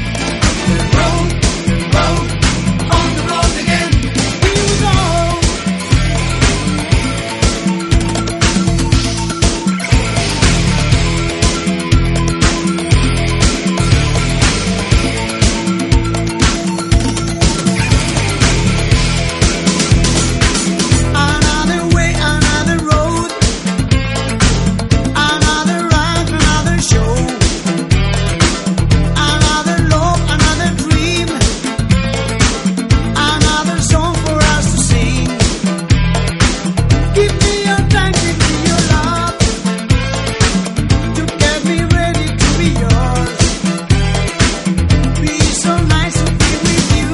Road, road, on the road again. We go. Another way, another road, another ride, another show, another love, another dream, another song for us to sing. Give me your time, give me your love, to get me ready to be yours. Be so nice to be with you,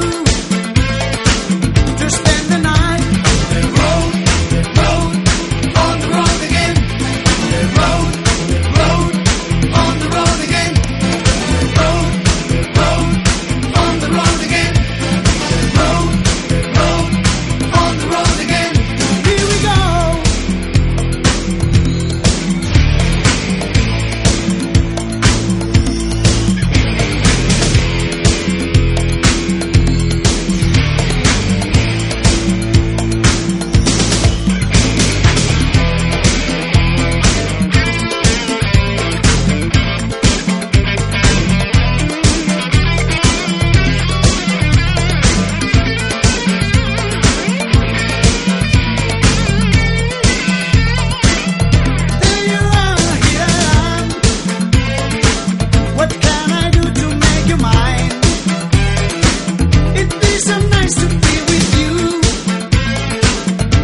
to spend the night. Road, road, on the road again. Road, road, on the road again. Road, road, on the road again. Road, road, on the road again. Here we go. There you are, here I am. What can I do to make you mine? It'd be so nice to be with you,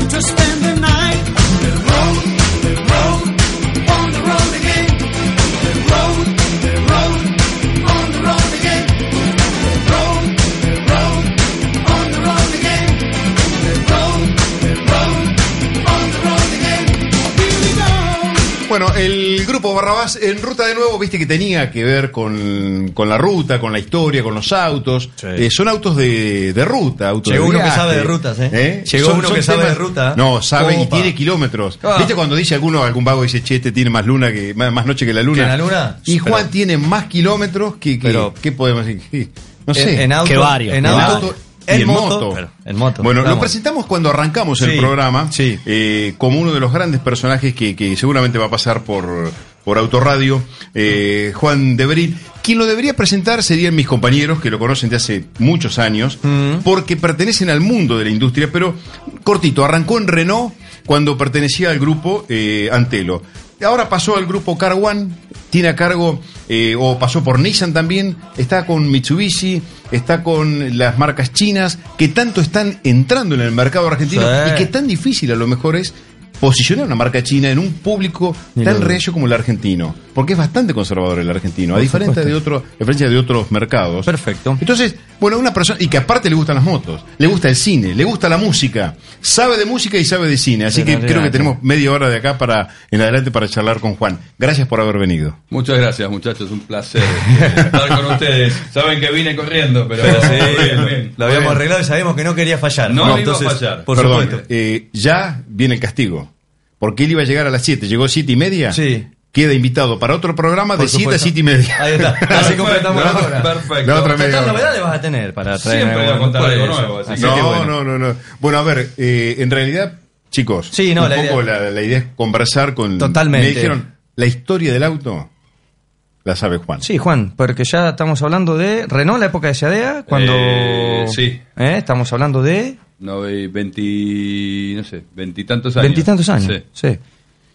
to spend the night. Road, road, on the road again. Road, road, on the road again. Road, road, on the road again. Road, road, on the road again. Here we go. Bueno, el grupo Barrabás en ruta de nuevo, viste que tenía que ver con, con la ruta, con la historia, con los autos. Eh, son autos de, de ruta, autos Llegó de uno que viaje. sabe de rutas, ¿eh? Llegó uno que sabe de ruta. No, sabe y Opa. tiene kilómetros. Ah. ¿Viste cuando dice alguno, algún vago dice, che, este tiene más luna que más, más noche que la luna? ¿Que la luna? Y Juan Pero- tiene más kilómetros que, que Pero- ¿qué podemos decir? *laughs* No sé. En, en auto, Que varios, en que auto, auto y en, en moto. moto. pero en moto. Bueno, lo Vamos. presentamos cuando arrancamos Sí, el programa sí. eh, como uno de los grandes personajes que, que seguramente va a pasar por, por Autoradio, eh, Juan Debril. Quien lo debería presentar serían mis compañeros que lo conocen de hace muchos años, Mm. porque pertenecen al mundo de la industria, pero cortito, arrancó en Renault cuando pertenecía al grupo eh, Antelo. Ahora pasó al grupo Carwan, tiene a cargo, eh, o pasó por Nissan también, está con Mitsubishi, está con las marcas chinas, que tanto están entrando en el mercado argentino Sí. y que tan difícil a lo mejor es posicionar una marca china en un público Ni lo tan dudo. recio como el argentino, porque es bastante conservador el argentino, a diferencia de, otro, a diferencia de otros mercados. Perfecto. Entonces, bueno, una persona, y que aparte le gustan las motos, le gusta el cine, le gusta la música, sabe de música y sabe de cine, así Pero que adelante. creo que tenemos media hora de acá para en adelante para charlar con Juan. Gracias por haber venido. Muchas gracias, muchachos. Un placer eh, estar con ustedes. Saben que vine corriendo, pero sí, bien, bien. Lo habíamos Bien. arreglado y sabemos que no quería fallar. No, no iba a entonces, fallar. Por Perdón, supuesto. eh, ya viene el castigo. Porque él iba a llegar a las 7, llegó 7 y media. Sí. Queda invitado para otro programa Por de 7 a supuesto. 7 y media. *laughs* Ahí está. *laughs* Así completamos la Perfecto, hora. Perfecto. La otra media ¿Cuántas hora. novedades vas a tener para traer? Siempre voy a algún- contar algo Por eso. nuevo, así Así No, que bueno. no, no, no. Bueno, a ver, eh, en realidad, chicos, Sí, no, un la poco La, la idea es conversar con... Totalmente. Me dijeron, la historia del auto la sabe Juan. Sí, Juan, porque ya estamos hablando de Renault, la época de Seadea, cuando... Eh, sí. ¿Eh? Estamos hablando de No, ve- veinti, no sé, veintitantos años. veintitantos años. Sí. Sí.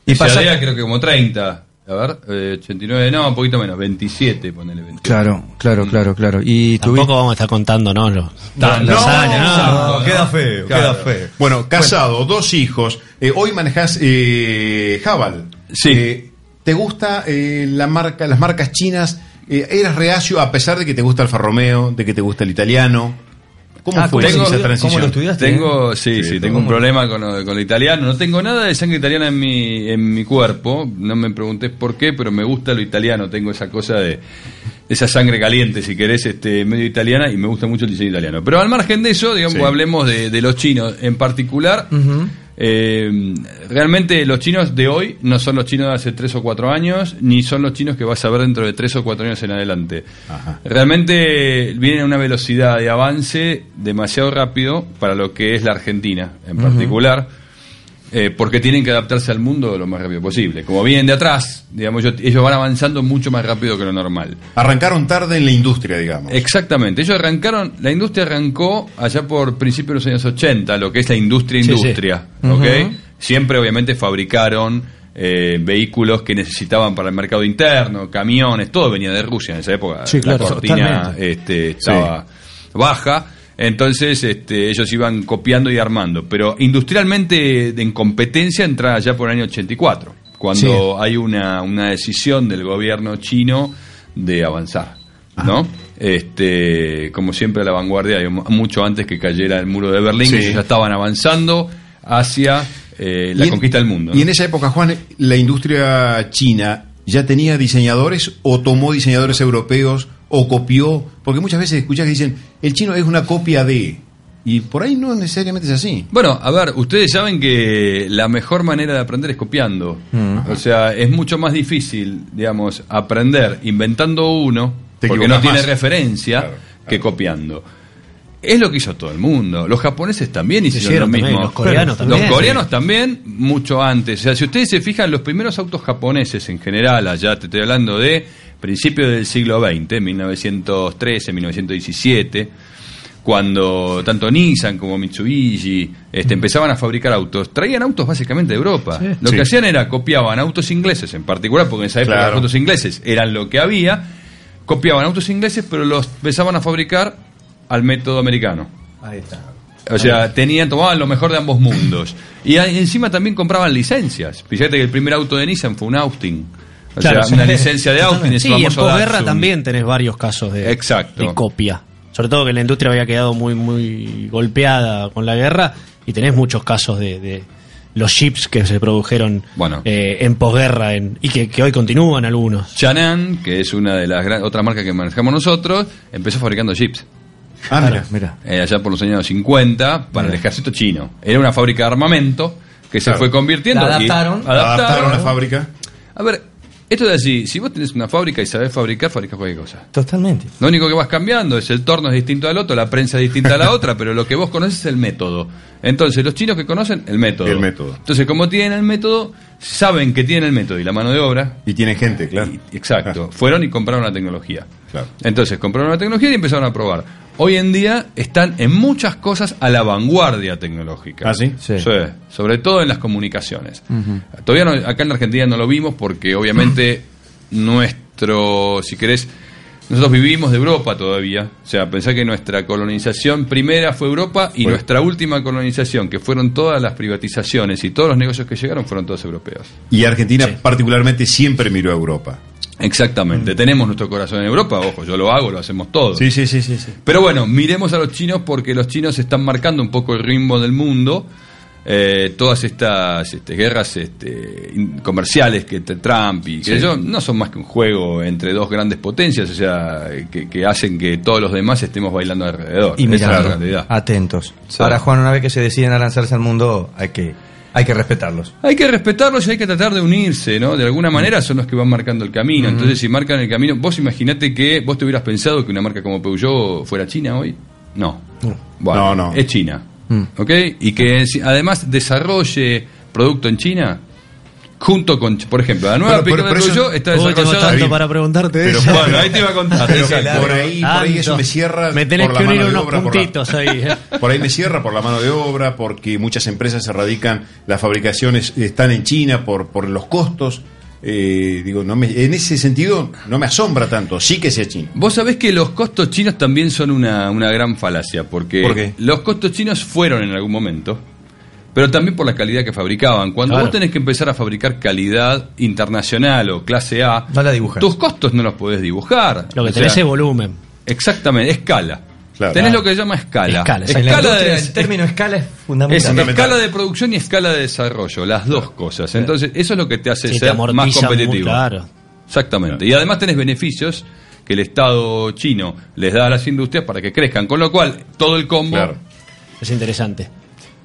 Y pasa- pasaría creo que como 30. A ver, eh, 89, no, un poquito menos, 27, ponele 28. Claro, claro, Mm. claro, claro. Y Tampoco tuviste... vamos a estar contando, ¿no? Los, Tantos los años, años, ¿no? no, queda feo, queda feo. Bueno, casado, dos hijos. eh, hoy manejás eh, Jabal. Sí. Eh, ¿Te gusta eh, la marca, las marcas chinas? Eh, ¿Eras reacio a pesar de que te gusta Alfa Romeo, de que te gusta el italiano? ¿Cómo Ah, fue ¿cómo esa lo- cómo lo transición? estudiaste? Tengo, sí, sí, Sí, tengo un ¿cómo? problema con, lo- con el italiano. No tengo nada de sangre italiana en mi, en mi cuerpo. No me preguntes por qué, pero me gusta lo italiano. Tengo esa cosa de esa sangre caliente, si querés, este, medio italiana, y me gusta mucho el diseño italiano. Pero al margen de eso, digamos, Sí. hablemos de, de los chinos. En particular, Ujú. eh, realmente los chinos de hoy no son los chinos de hace tres o cuatro años, ni son los chinos que vas a ver dentro de tres o cuatro años en adelante. Ajá. Realmente vienen a una velocidad de avance demasiado rápido para lo que es la Argentina en particular, eh, porque tienen que adaptarse al mundo lo más rápido posible. Como vienen de atrás, digamos, yo- ellos van avanzando mucho más rápido que lo normal. Arrancaron tarde en la industria, digamos. Exactamente, ellos arrancaron, la industria arrancó allá por principios de los años 80, lo que es la industria Sí, sí. industria, ¿ok? Siempre obviamente fabricaron eh, vehículos que necesitaban para el mercado interno, camiones, todo venía de Rusia en esa época, Sí, claro, la cortina totalmente. este, estaba baja, entonces este, ellos iban copiando y armando, pero industrialmente de- en competencia entra allá por el año 84, cuando hay una, una decisión del gobierno chino de avanzar. Ah. ¿no? Este, como siempre a la vanguardia, digamos, mucho antes que cayera el muro de Berlín, Sí. ellos ya estaban avanzando hacia eh, la Y en- conquista del mundo. Y ¿no? en esa época, Juan, la industria china ya tenía diseñadores o tomó diseñadores europeos o copió, porque muchas veces escuchás que dicen, el chino es una copia de... Y por ahí no necesariamente es así. Bueno, a ver, ustedes saben que la mejor manera de aprender es copiando. Mm. O sea, es mucho más difícil, digamos, aprender inventando uno, Te porque no equivocás tiene más. referencia, Claro, que copiando. Es lo que hizo todo el mundo. Los japoneses también hicieron hicieron lo mismo. también, los coreanos Pero, también. Los coreanos también, mucho antes. O sea, si ustedes se fijan, los primeros autos japoneses en general, allá te estoy hablando de principios del siglo XX, 1913, 1917 cuando tanto Nissan como Mitsubishi este, empezaban a fabricar autos, traían autos básicamente de Europa. Lo Sí. que hacían era copiaban autos ingleses en particular, porque en esa época Claro. los autos ingleses eran lo que había, copiaban autos ingleses, pero los empezaban a fabricar al método americano. Ahí está. O sea, tenían, tomaban lo mejor de ambos mundos. Y a- encima también compraban licencias. Fíjate que el primer auto de Nissan fue un Austin. O Claro, sea, una licencia de Austin. Sí, ese y en famoso posguerra Datsun. también tenés varios casos de, Exacto. de copia. Sobre todo que la industria había quedado muy, muy golpeada con la guerra y tenés muchos casos de, de los chips que se produjeron Bueno. eh, en posguerra en- y que, que hoy continúan algunos. Chanan, que es una de las gran- otras marcas que manejamos nosotros, empezó fabricando chips. Ah, mira. Mira. eh, allá por los años 50 para el ejército chino. Era una fábrica de armamento que se Claro. fue convirtiendo. La y- adaptaron. adaptaron. Adaptaron la fábrica. A ver, esto es así. Si vos tenés una fábrica y sabés fabricar, fabricás cualquier cosa. Totalmente. Lo único que vas cambiando es el torno es distinto al otro, la prensa es *laughs* distinta a la otra, pero lo que vos conoces es el método. Entonces, los chinos que conocen, el método. El método. Entonces, como tienen el método, saben que tienen el método y la mano de obra, Y tiene gente, claro. y- exacto. Fueron y compraron la tecnología. *laughs* Claro. Entonces, compraron la tecnología y empezaron a probar. Hoy en día están en muchas cosas a la vanguardia tecnológica. ¿Ah, sí? Sí. sobre todo en las comunicaciones. *clears throat* Todavía no- acá en la Argentina no lo vimos porque obviamente nuestro, si querés, Nosotros vivimos de Europa todavía. O sea, pensá que nuestra colonización primera fue Europa y Bueno. nuestra última colonización, que fueron todas las privatizaciones y todos los negocios que llegaron, fueron todos europeos. Y Argentina particularmente siempre miró a Europa. Exactamente. Tenemos nuestro corazón en Europa, ojo, yo lo hago, lo hacemos todos. Mm. sí, sí, sí, sí. Pero bueno, miremos a los chinos porque los chinos están marcando un poco el ritmo del mundo. Eh, todas estas este, guerras este, in- comerciales que te- Trump y que yo no son más que un juego entre dos grandes potencias, o sea, que, que hacen que todos los demás estemos bailando alrededor. Y Esa es la mirando, realidad. atentos. Sí. Ahora, Juan, una vez que se deciden a lanzarse al mundo, hay que, hay que respetarlos. Hay que respetarlos y hay que tratar de unirse, ¿no? De alguna manera son los que van marcando el camino. Entonces, si marcan el camino, vos imaginate que vos te hubieras pensado que una marca como Peugeot fuera China hoy. No. No, Bueno, Mm. no. Es China. ¿Ok? Y que si- además desarrolle producto en China junto con, por ejemplo, la nueva Pero- pero- pickup de pero eso- Peugeot está Uy, tengo desarrollada. Está tanto bien. para preguntarte de Pero eso. Bueno, ahí te iba a contar. Pero Exacto. por ahí, por ahí eso Tanto. me cierra. Me tenés por la que unir mano de unos obra, por la- puntitos ahí. eh. Por ahí me cierra por la mano de obra, porque muchas empresas se radican, las fabricaciones están en China por, por los costos. Eh, digo, no me, en ese sentido no me asombra tanto, sí que sea China. Vos sabés que los costos chinos también son una, una gran falacia, porque ¿Por qué? los costos chinos fueron en algún momento, pero también por la calidad que fabricaban. Cuando Claro. vos tenés que empezar a fabricar calidad internacional o clase A, No la dibujas. tus costos no los podés dibujar. Lo que O tenés sea, es volumen. Exactamente, escala. Claro. tenés Claro. lo que se llama escala. Escala, o sea, en la de- industria el término escala es es fundamental. Fundamental. escala de producción y escala de desarrollo, las dos cosas. Entonces, eso es lo que te hace Sí, te ser más amortiza muy competitivo. claro. Exactamente. Y además tenés beneficios que el Estado chino les da a las industrias para que crezcan. Con lo cual, todo el combo. Es interesante.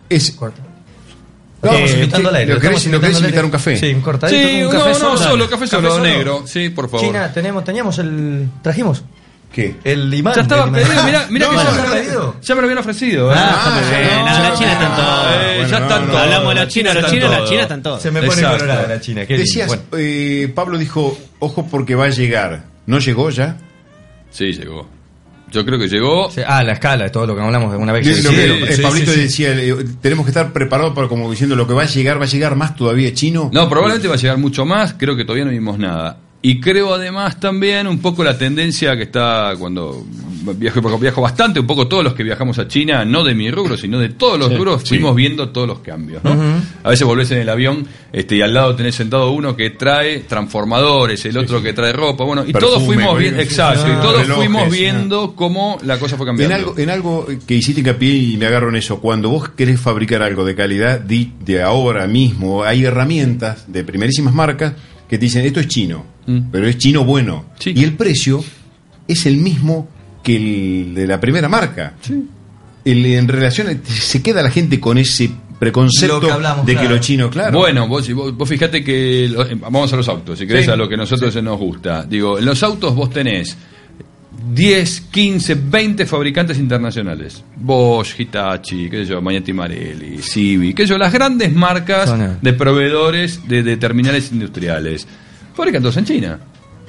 Es, Eh, Lo estamos invitando al aire, ¿Lo lo querés, estamos lo querés invitando al invitar aire. un café? Sí, un cortadito Sí, con no, un café no, solo. solo café solo negro. Sí, por favor. China, tenemos, teníamos el. Trajimos ¿Qué? el imán. Ya estaba del imán. pedido, mirá, mirá No, que ya ya, está me- pedido. ya me lo habían ofrecido. ¿eh? Ah, está muy ya bien. no, No, la ya China está en no. todo. Eh, Bueno, ya no, están no. todos. Hablamos de la China, la están China, la todos. China están todos. Se me pone Exacto. colorada la China. qué lindo. Decías, Bueno. eh, Pablo dijo, ojo porque va a llegar. ¿No llegó ya? Sí, llegó. Yo creo que llegó. Sí, Ah, la escala, todo lo que hablamos de una vez. que Lo que, hicieron. eh, Sí, Pablito sí, sí. decía, eh, tenemos que estar preparados para, como diciendo, lo que va a llegar, va a llegar más todavía chino. No, probablemente va a llegar mucho más, creo que todavía no vimos nada. Y creo además también un poco la tendencia que está cuando viajo, porque viajo bastante, un poco todos los que viajamos a China, no de mi rubro, sino de todos los rubros, fuimos viendo todos los cambios. ¿no? A veces volvés en el avión este, y al lado tenés sentado uno que trae transformadores, el otro que trae ropa, bueno, y todos Perfume, fuimos bueno, viendo, sí, exacto, ah, y todos relojes, fuimos ah. viendo cómo la cosa fue En cambiando. algo, en algo que hiciste hincapié y me agarro en eso, cuando vos querés fabricar algo de calidad, di de ahora mismo, hay herramientas de primerísimas marcas que te dicen, esto es chino, Mm. pero es chino bueno. Sí. Y el precio es el mismo que el de la primera marca. El- en relación, se queda la gente con ese preconcepto Lo que hablamos, de que claro. lo chino, claro. Bueno, vos, vos, vos fijate que. lo- eh, vamos a los autos, si querés, a lo que a nosotros nos gusta. Digo, en los autos vos tenés 10, 15, 20 fabricantes internacionales. Bosch, Hitachi, qué sé yo, Magneti Marelli, Civi, qué sé yo, las grandes marcas Son, eh. de proveedores de, de terminales industriales. Fabrican todos en China.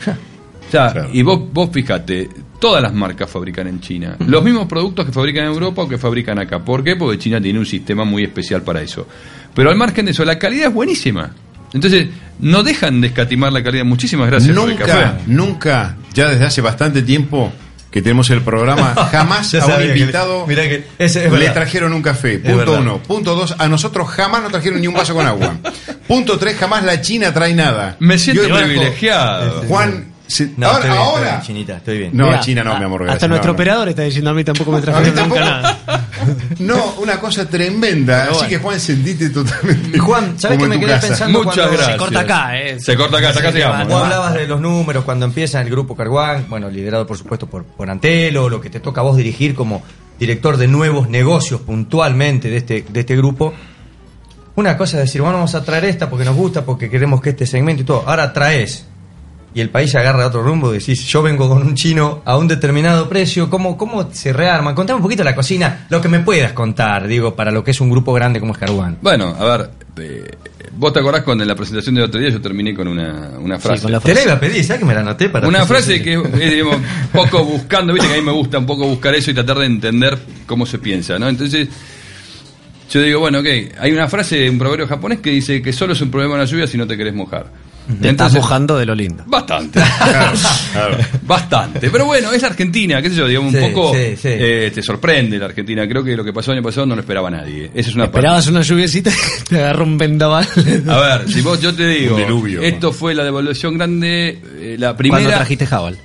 O sea, Claro. y vos, vos fijate, todas las marcas fabrican en China. Los mismos productos que fabrican en Europa o que fabrican acá. ¿Por qué? Porque China tiene un sistema muy especial para eso. Pero al margen de eso, la calidad es buenísima. Entonces, no dejan de escatimar la calidad. Muchísimas gracias por el Nunca, café. nunca, ya desde hace bastante tiempo que tenemos el *laughs* programa, jamás Ya a un sabía que- invitado mirá que- ese es le verdad. trajeron un café. Punto verdad. uno. Punto dos, a nosotros jamás nos trajeron ni un vaso con agua. Punto tres, jamás la China trae nada. Me siento Y hoy trajo- privilegiado. Juan, se- No, ahora, estoy bien, estoy ahora- bien, chinita, estoy bien. No, Mirá, China no, a- mi amor. Hasta gracias, nuestro no, no. operador está diciendo a mí tampoco me A mí trajeron tampoco. nunca nada. No, una cosa tremenda. Así bueno. que Juan, sentiste totalmente. Y Juan, ¿sabes como qué en me tu quedé casa. pensando Muchas cuando gracias. se corta acá, eh? Se corta acá, hasta acá llegamos. Vos hablabas de los números cuando empieza el grupo Carguán, bueno, liderado por supuesto por, por Antelo, lo que te toca a vos dirigir como director de nuevos negocios puntualmente de este, de este grupo. Una cosa es decir, bueno, vamos a traer esta porque nos gusta, porque queremos que este segmento y todo. Ahora traes y el país agarra otro rumbo, decís, yo vengo con un chino a un determinado precio, ¿cómo, cómo se rearma? Contame un poquito la cocina, lo que me puedas contar, digo, para lo que es un grupo grande como es Carguán. Bueno, a ver, eh, vos te acordás cuando en la presentación del otro día yo terminé con una, una frase. con la Te la iba a pedir, ¿sabes que me la anoté para Una frase que es digamos, poco buscando, viste que a mí me gusta un poco buscar eso y tratar de entender cómo se piensa, ¿no? Entonces, yo digo, bueno, ok, hay una frase de un proverbio japonés que dice que solo es un problema la lluvia si no te querés mojar. Te estás Entonces- mojando de lo lindo. Bastante. Bastante. Pero bueno, es la Argentina, qué sé yo, digamos, Sí, un poco sí, sí. eh, te sorprende la Argentina. Creo que lo que pasó el año pasado no lo esperaba nadie. Esa es una parte. Esperabas una lluviecita, *laughs* te agarró un vendaval. A ver, si vos yo te digo, Un diluvio. esto fue la devaluación grande, eh, la Cuando primera. trajiste Jabal.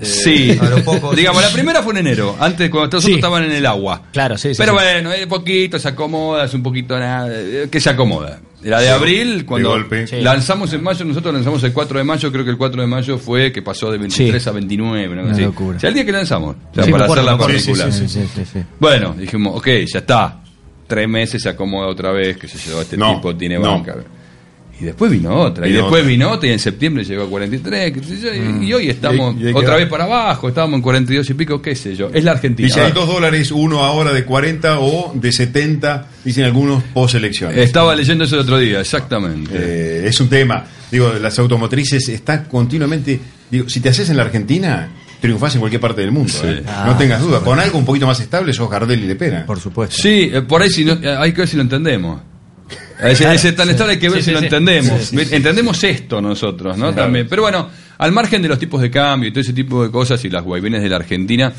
Sí, a lo poco. Eh, *laughs* digamos, la primera fue en enero, antes cuando todos Sí. nosotros estaban en el agua. Claro, sí, sí, Pero sí. bueno, eh, poquito, se acomoda, es un poquito nada, eh, que se acomoda. La de Sí, de abril, cuando golpe. Sí. lanzamos en mayo, nosotros lanzamos el 4 de mayo, creo que el 4 de mayo fue que pasó de 23 Sí. a 29, una, cosa Una así. locura. O sea, el día que lanzamos, o sea, Sí, me para acuerdo, hacer la me acuerdo. particular. Sí, sí, sí, sí. Bueno, dijimos, ok, ya está. Tres meses se acomoda otra vez, que se llevó este No, tipo, tiene no. banca. Y después vino otra, y Vino después otra. vino otra, y en septiembre llegó a 43, qué sé yo, y, y hoy estamos Y hay- y hay que otra ver. vez para abajo, estábamos en 42 y pico, qué sé yo. Es la Argentina. Dice, A hay ver, dos dólares, uno ahora de 40 o de 70, dicen algunos post-elecciones. Estaba leyendo eso el otro día, exactamente. Eh, es un tema. Digo, las automotrices están continuamente. Digo, si te haces en la Argentina, triunfás en cualquier parte del mundo. ¿eh? Ah. no tengas duda. Con algo un poquito más estable, sos Gardel y Le Pena. Por supuesto. Sí, eh, por ahí si no- eh, hay que ver si lo entendemos. Eh, Ese, ese tan estable hay que *laughs* ver Sí, si sí, lo sí. entendemos. entendemos esto nosotros, ¿no? También. Pero bueno, al margen de los tipos de cambio y todo ese tipo de cosas y las guaybenes de la Argentina,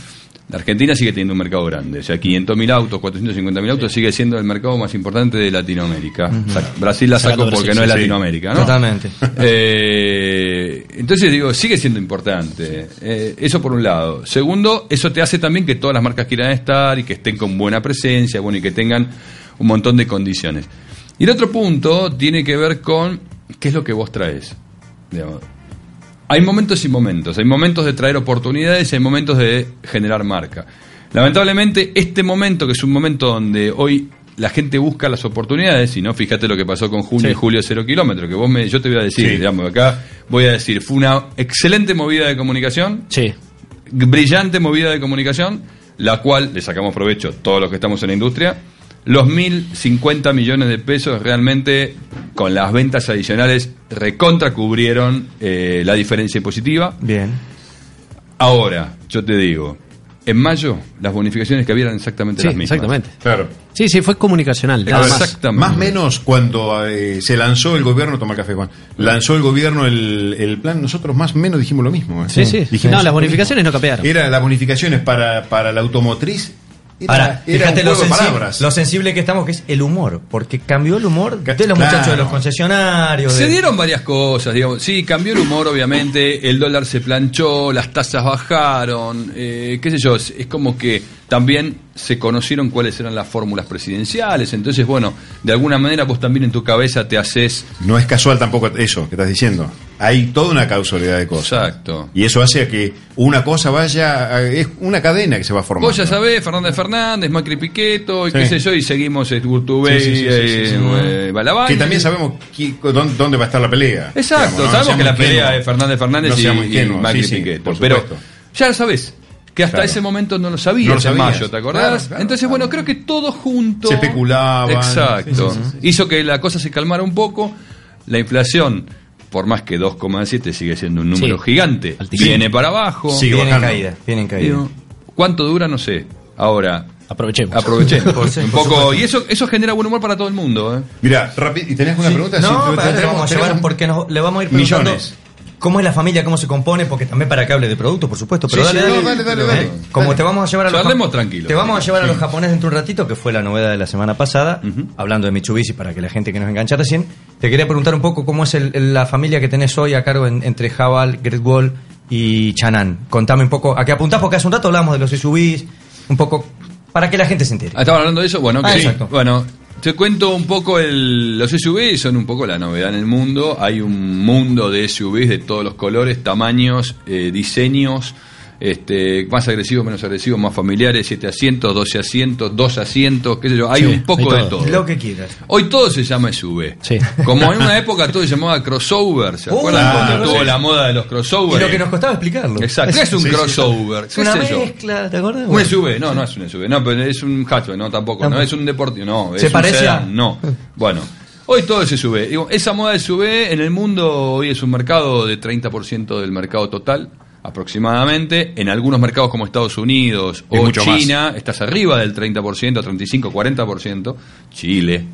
la Argentina sigue teniendo un mercado grande. O sea, 500.000 autos, 450.000 autos sigue siendo el mercado más importante de Latinoamérica. Sa- Brasil la Sacando sacó porque Brasil, no es sí, sí. Latinoamérica, ¿no? Totalmente. *laughs* Eh, entonces digo, sigue siendo importante. Eh, eso por un lado. Segundo, eso te hace también que todas las marcas quieran estar y que estén con buena presencia, bueno, y que tengan un montón de condiciones. Y el otro punto tiene que ver con qué es lo que vos traes. Digamos, hay momentos y momentos. Hay momentos de traer oportunidades, hay momentos de generar marca. Lamentablemente, este momento, que es un momento donde hoy la gente busca las oportunidades, y no fíjate lo que pasó con junio y julio cero kilómetros, que vos me, yo te voy a decir, Sí. digamos, acá voy a decir, fue una excelente movida de comunicación, Sí. brillante movida de comunicación, la cual le sacamos provecho todos los que estamos en la industria. Los 1.050 millones de pesos realmente con las ventas adicionales recontra cubrieron eh, la diferencia impositiva. Bien. Ahora, yo te digo, en mayo las bonificaciones que había eran exactamente Sí, las mismas. exactamente. Claro. Sí, sí, fue comunicacional. Eh, A Nada ver, más. Exactamente. Más o menos cuando eh, se lanzó el gobierno, toma el café Juan, lanzó el gobierno el, el plan, nosotros más o menos dijimos lo mismo. ¿eh? Sí, sí. Dijimos no, lo las bonificaciones no mismo. capearon. Era las bonificaciones para, para la automotriz. Era, Ahora, era un fíjate lo juego de sensible, palabras. lo sensible que estamos, que es el humor, porque cambió el humor de Claro. los muchachos de los concesionarios. Se de- dieron varias cosas, digamos. Sí, cambió el humor, obviamente. El dólar se planchó, las tasas bajaron. eh, qué sé yo, es, es como que también se conocieron cuáles eran las fórmulas presidenciales. Entonces, bueno, de alguna manera vos también en tu cabeza te haces. No es casual tampoco eso que estás diciendo. Hay toda una causalidad de cosas. Exacto. Y eso hace a que una cosa vaya, a- es una cadena que se va formando. Vos ya sabés, Fernández Fernández, Macri Piqueto, y qué Sí. sé yo, y seguimos eh, Urtubey, Sí, sí, sí, sí, eh, sí, sí. eh, Balabán. que también sabemos qui- dónde, dónde va a estar la pelea. Exacto, Digamos, ¿no? sabemos Seamos que la ingenuos. pelea de Fernández Fernández No y, seamos y ingenuos, Macri sí, sí, Piqueto. por pero supuesto. ya lo sabés, que hasta Claro. ese momento no lo sabías No lo en sabías, mayo, ¿te acordás? claro, claro, Entonces, claro. bueno, creo que todo junto. Se especulaban. Exacto. Sí, sí, sí, Hizo que la cosa se calmara un poco. La inflación, por más que 2,7 sigue siendo un número Sí. gigante, Altísimo. viene para abajo. Sigue Viene en bajando. caída, viene en caída. Digo, ¿Cuánto dura? No sé. Ahora, Aprovechemos. aprovechemos. Por- por un poco. Y eso, eso genera buen humor para todo el mundo. ¿eh? Mira, rápido, ¿y tenés una pregunta? Sí, No, te- pará, tenemos- lo vamos a tenemos- llevar porque nos- le vamos a ir preguntando Millones. cómo es la familia, cómo se compone, porque también para que hable de productos, por supuesto. Pero Sí, dale, sí, dale, no, dale, dale, ¿eh? dale. Como Dale. te vamos a llevar a los Charlemos jap- tranquilo. Te vamos a llevar a los japoneses dentro de un ratito, que fue la novedad de la semana pasada, hablando de Mitsubishi para que la gente que nos engancha recién. Te quería preguntar un poco cómo es el- el- la familia que tenés hoy a cargo en- entre Jabal, Great Wall y Chanan. Contame un poco, a qué apuntás, porque hace un rato hablamos de los SUVs, un poco para que la gente se entere. Ah, ¿Estaba hablando de eso? Bueno, ok. Ah, exacto. bueno te cuento un poco el, los SUV son un poco la novedad en el mundo. Hay un mundo de SUVs de todos los colores, tamaños, eh, diseños, este, más agresivos, menos agresivos, más familiares, 7 asientos, 12 asientos, 2 asientos, qué sé yo. Hay Sí, un poco hay de todo. todo. Lo que quieras. Hoy todo se llama SUV. Sí. Como en una época todo se llamaba *laughs* crossover. ¿Se Uh, acuerdan claro, cuando sí. tuvo la moda de los Y crossovers? lo que nos costaba explicarlo. Exacto. ¿Qué es un crossover? Es ¿Qué una sé yo? mezcla, ¿te acuerdas? Un Bueno. SUV, no, no es un SUV, no, pero es un hatchback, no, tampoco, no, Tampoco. es un deportivo, no, es ¿Se un parece sedán, a- *laughs* No, bueno, hoy todo es SUV. Digo, esa moda de SUV en el mundo hoy es un mercado de 30% del mercado total, aproximadamente. En algunos mercados como Estados Unidos Y o mucho más. China, estás arriba del 30%, 35, 40%. Chile,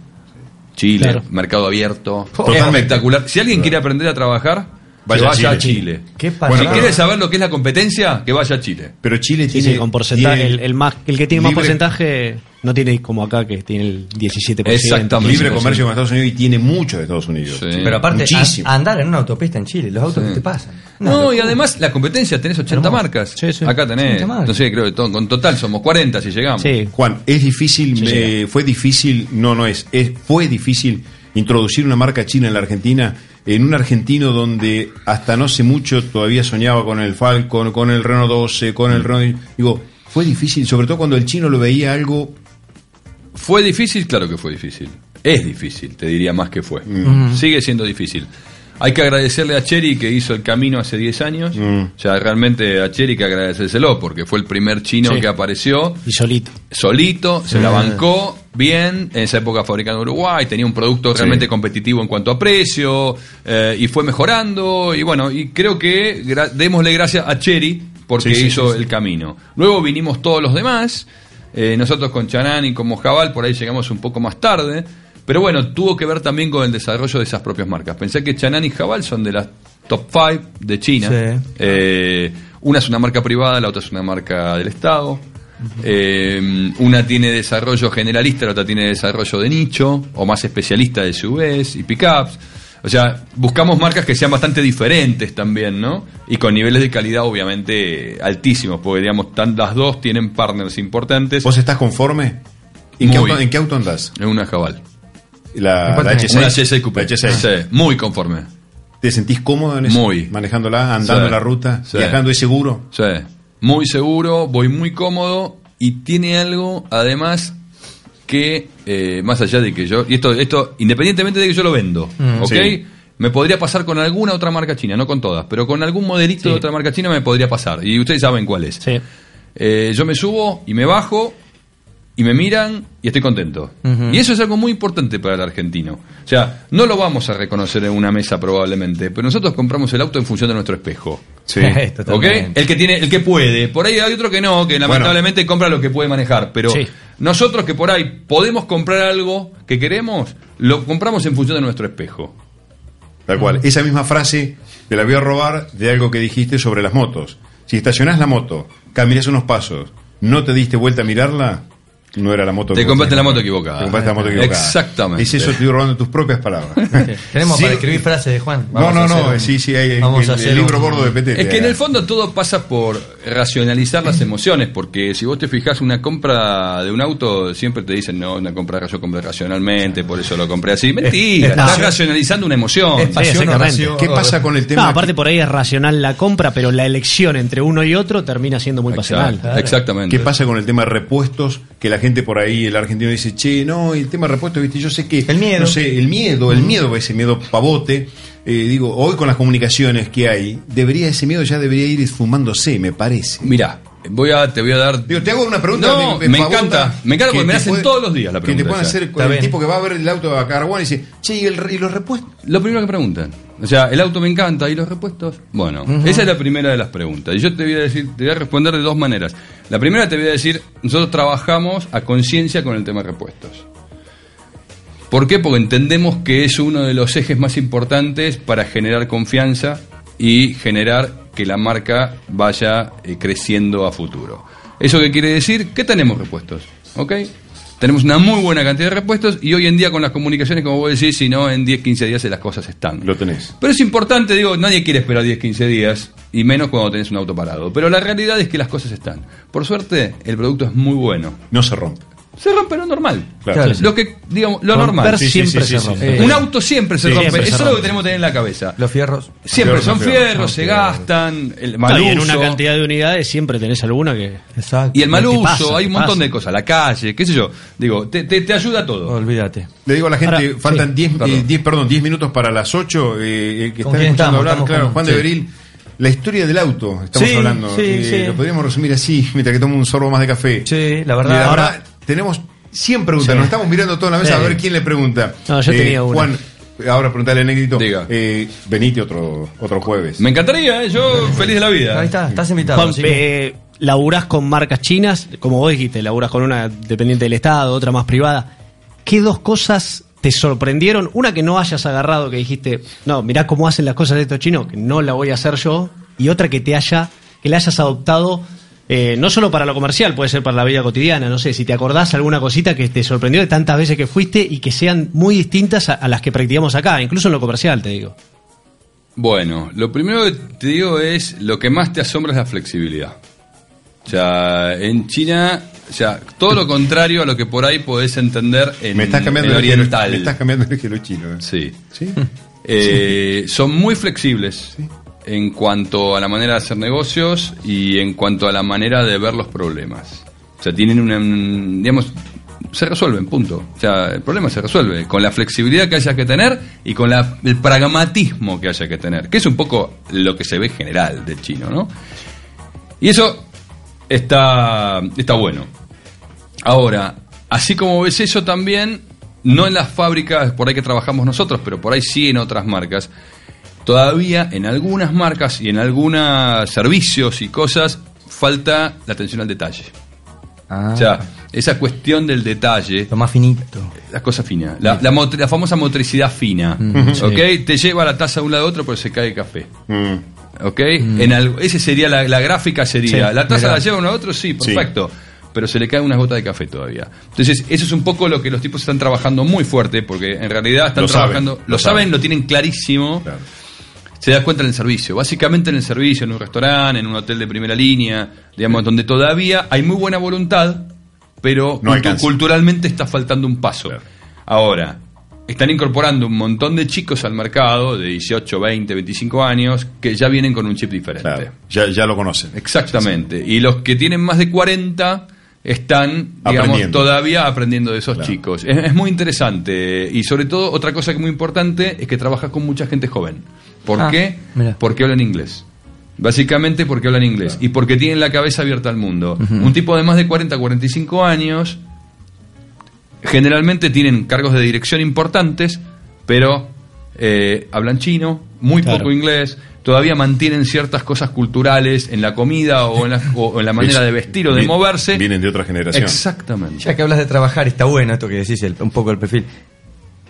Chile, Claro. mercado abierto. Oh. Totalmente. Espectacular. Si alguien quiere aprender a trabajar, Vaya vaya, a vaya a Chile. Chile. ¿Qué Bueno, si pasada? claro. quiere saber lo que es la competencia, que vaya a Chile. Pero Chile Sí, tiene. sí, con porcentaje. tiene El, el más, el que tiene más libre- porcentaje no tiene como acá, que tiene el 17%. Exactamente. Libre comercio con Estados Unidos y tiene mucho de Estados Unidos. Sí. Pero aparte, a- Muchísimo. andar en una autopista en Chile, los autos que te pasan. Una No, y locura. además la competencia tenés 80 marcas. Sí, sí. Acá tenés, 80 marcas. no sé, creo que to- con total somos 40 si llegamos. Sí. Eh, Juan, es difícil, me- fue difícil, no, no es, es- fue difícil introducir una marca china en la Argentina, en un argentino donde hasta no sé mucho todavía soñaba con el Falcon, con el Renault 12, con el Renault... Digo, fue difícil, sobre todo cuando el chino lo veía algo... ¿Fue difícil? Claro que fue difícil. Es difícil, te diría más que fue. Sigue siendo difícil. Hay que agradecerle a Cheri que hizo el camino hace 10 años. O sea, realmente a Cheri que agradecérselo porque fue el primer chino Sí. que apareció. Y solito. solito, se Ah. la bancó bien, en esa época fabricando en Uruguay, tenía un producto realmente competitivo en cuanto a precio, eh, y fue mejorando, y bueno, y creo que gra- démosle gracias a Cherry porque Sí, sí, hizo sí, sí. el camino. Luego vinimos todos los demás, eh, nosotros con Chanán y con Mojabal, por ahí llegamos un poco más tarde, pero bueno, tuvo que ver también con el desarrollo de esas propias marcas. Pensé que Chanán y Jabal son de las top 5 de China. Sí. Eh, una es una marca privada, la otra es una marca del Estado. Eh, una tiene desarrollo generalista, la otra tiene desarrollo de nicho o más especialista de SUVs y pickups. O sea, buscamos marcas que sean bastante diferentes también, ¿no? Y con niveles de calidad obviamente altísimos, porque digamos, tan- las dos tienen partners importantes. ¿Vos estás conforme? ¿En, qué Muy. auto, en qué auto andás? En una jabal. La, ¿En cuál la tenés? H6. Una H6 Coupé. La H6. Sí, muy conforme. ¿Te sentís cómodo en eso? Muy. Manejándola, andando Sí. la ruta, Sí. viajando es seguro. Sí, muy seguro, voy muy cómodo y tiene algo además que, eh, más allá de que yo, y esto, esto independientemente de que yo lo vendo, ¿ok? Sí. Me podría pasar con alguna otra marca china, no con todas, pero con algún modelito de otra marca china me podría pasar. Y ustedes saben cuál es. Sí. Eh, yo me subo y me bajo y me miran y estoy contento. Y eso es algo muy importante para el argentino. O sea, no lo vamos a reconocer en una mesa probablemente, pero nosotros compramos el auto en función de nuestro espejo. Sí. *laughs* ¿Ok? Totalmente. El que tiene, el que puede. Por ahí hay otro que no, que lamentablemente compra lo que puede manejar. Pero Sí. nosotros que por ahí podemos comprar algo que queremos, lo compramos en función de nuestro espejo. Tal cual. Esa misma frase te la voy a robar de algo que dijiste sobre las motos. Si estacionás la moto, caminas unos pasos, no te diste vuelta a mirarla, no era la moto Te que compraste vos la moto tenías. equivocada. Te compraste la moto equivocada. Exactamente. Es eso, te estoy robando tus propias *laughs* palabras. Tenemos Sí. para escribir frases de Juan. No, Vamos a no, hacer no. un- Sí, sí, hay vamos el, a el hacer libro un- gordo de Petete. Es que en el fondo todo pasa por racionalizar las emociones, porque si vos te fijas una compra de un auto, siempre te dicen, no, una compra yo compré racionalmente, por eso lo compré así. Mentira, *laughs* es estás pasión. racionalizando una emoción. Es pasión, exactamente. oración. ¿Qué pasa con el tema? No, aparte por ahí es racional la compra, pero la elección entre uno y otro termina siendo muy pasional. Exact- Exactamente. ¿Qué pasa con el tema de repuestos? Que la gente por ahí, el argentino dice, che, no, el tema de repuestos, viste, yo sé que. El miedo. No sé, el miedo, Mm. el miedo, ese miedo pavote. Eh, digo, hoy con las comunicaciones que hay, debería ese miedo ya debería ir esfumándose, me parece. Mira, voy a, te voy a dar Digo, te hago una pregunta. No, de- de me pavota encanta. Me encanta que porque me te la hacen puede- todos los días la Que te pregunta pueden esa. hacer con Está el bien. tipo que va a ver el auto a Caraguán y dice, che, ¿y, el, y los repuestos? Lo primero que preguntan. O sea, el auto me encanta y los repuestos. Bueno, esa es la primera de las preguntas. Y yo te voy a decir, te voy a responder de dos maneras. La primera te voy a decir, nosotros trabajamos a conciencia con el tema de repuestos. ¿Por qué? Porque entendemos que es uno de los ejes más importantes para generar confianza y generar que la marca vaya eh, creciendo a futuro. ¿Eso qué quiere decir? Que tenemos repuestos, ¿ok? Tenemos una muy buena cantidad de repuestos y hoy en día con las comunicaciones, como vos decís, si no, en 10, 15 días las cosas están. Lo tenés. Pero es importante, digo, nadie quiere esperar 10, 15 días, y menos cuando tenés un auto parado. Pero la realidad es que las cosas están. Por suerte, el producto es muy bueno. No se rompe. Se rompe lo normal. Claro. Lo que, digamos, lo Romper normal. Sí, sí, siempre sí, sí, se sí. rompe. Eh, Un auto siempre se Sí, rompe. siempre se Eso es lo que rompe. tenemos que tener en la cabeza. Los fierros. Siempre Fierros son son fierros, fierros, se gastan, el mal No, y en una uso. cantidad de unidades siempre tenés alguna que... Exacto. Y el mal Te uso, pasa, hay un te montón pasa. de cosas. La calle, qué sé yo. Digo, te, te- te ayuda todo. Olvídate. Le digo a la gente, Ahora, faltan sí, 10 perdón. eh, 10, perdón, 10 minutos para las 8. eh, el que ¿Con están quién escuchando estamos? hablar, Estamos claro, con- Juan de sí. Beril. La historia del auto, estamos Sí, hablando. sí, eh, sí. Lo podríamos resumir así, *laughs* mientras que tomo un sorbo más de café. Sí, la Y verdad. la ahora, verdad, tenemos 100 preguntas. Sí. Nos estamos mirando toda la mesa Sí. a ver quién le pregunta. Eh, No, yo tenía una. Juan, ahora preguntale a Negrito. Diga. Eh, venite otro, otro jueves. Me encantaría, ¿eh? yo feliz de la vida. ahí está, estás invitado. Juan, así que- eh, laburás con marcas chinas, como vos dijiste, laburás con una dependiente del Estado, otra más privada. ¿Qué dos cosas te sorprendieron, una que no hayas agarrado, que dijiste, no, mirá cómo hacen las cosas de estos chinos, que no la voy a hacer yo, y otra que te haya, que la hayas adoptado, eh, no solo para lo comercial, puede ser para la vida cotidiana, no sé, si te acordás alguna cosita que te sorprendió de tantas veces que fuiste y que sean muy distintas a, a las que practicamos acá, incluso en lo comercial, te digo. Bueno, lo primero que te digo es lo que más te asombra es la flexibilidad. O sea, en China, o sea, todo lo contrario a lo que por ahí podés entender en, me estás cambiando en el género- oriental. Me estás cambiando el gelo chino. eh. Sí. ¿Sí? Eh, Son muy flexibles en cuanto a la manera de hacer negocios y en cuanto a la manera de ver los problemas. O sea, tienen una. un- digamos. Se resuelven, punto. O sea, el problema se resuelve con la flexibilidad que haya que tener y con la- el pragmatismo que haya que tener, que es un poco lo que se ve general del chino, ¿no? Y eso está, está bueno. Ahora, así como ves eso también, no en las fábricas por ahí que trabajamos nosotros, pero por ahí sí en otras marcas, todavía en algunas marcas y en algunos servicios y cosas falta la atención al detalle. Ah, O sea, esa cuestión del detalle, lo más finito. la cosa fina, la, la mot- la famosa motricidad fina, ¿ok? Te lleva la taza de un lado a otro, pero se cae el café. Mm. ¿Ok? En algo, ese sería la, la gráfica sería. Sí, la taza mirá. la lleva uno a otro, sí, Sí. perfecto. Pero se le cae una gota de café todavía. Entonces, eso es un poco lo que los tipos están trabajando muy fuerte, porque en realidad están Lo saben, trabajando. lo lo saben, saben. lo tienen clarísimo. Claro. Se das cuenta en el servicio. Básicamente en el servicio, en un restaurante, en un hotel de primera línea, digamos, donde todavía hay muy buena voluntad, pero No cultu- alcanza. culturalmente está faltando un paso. Claro. Ahora, están incorporando un montón de chicos al mercado de 18, 20, 25 años que ya vienen con un chip diferente. Claro. Ya, ya lo conocen. Exactamente. Y los que tienen más de 40 están, digamos, Aprendiendo. todavía aprendiendo de esos Claro. chicos. Es, es muy interesante. Y sobre todo, otra cosa que es muy importante es que trabajas con mucha gente joven. ¿Por Ah, qué? mira. Porque hablan inglés. Básicamente porque hablan inglés y porque tienen la cabeza abierta al mundo. Un tipo de más de 40, 45 años generalmente tienen cargos de dirección importantes, pero eh, hablan chino, muy Claro. poco inglés, todavía mantienen ciertas cosas culturales en la comida o en la, o *laughs* en la manera de vestir o de Vi- moverse. Vienen de otra generación. Exactamente. Ya que hablas de trabajar, está bueno esto que decís, el- un poco el perfil.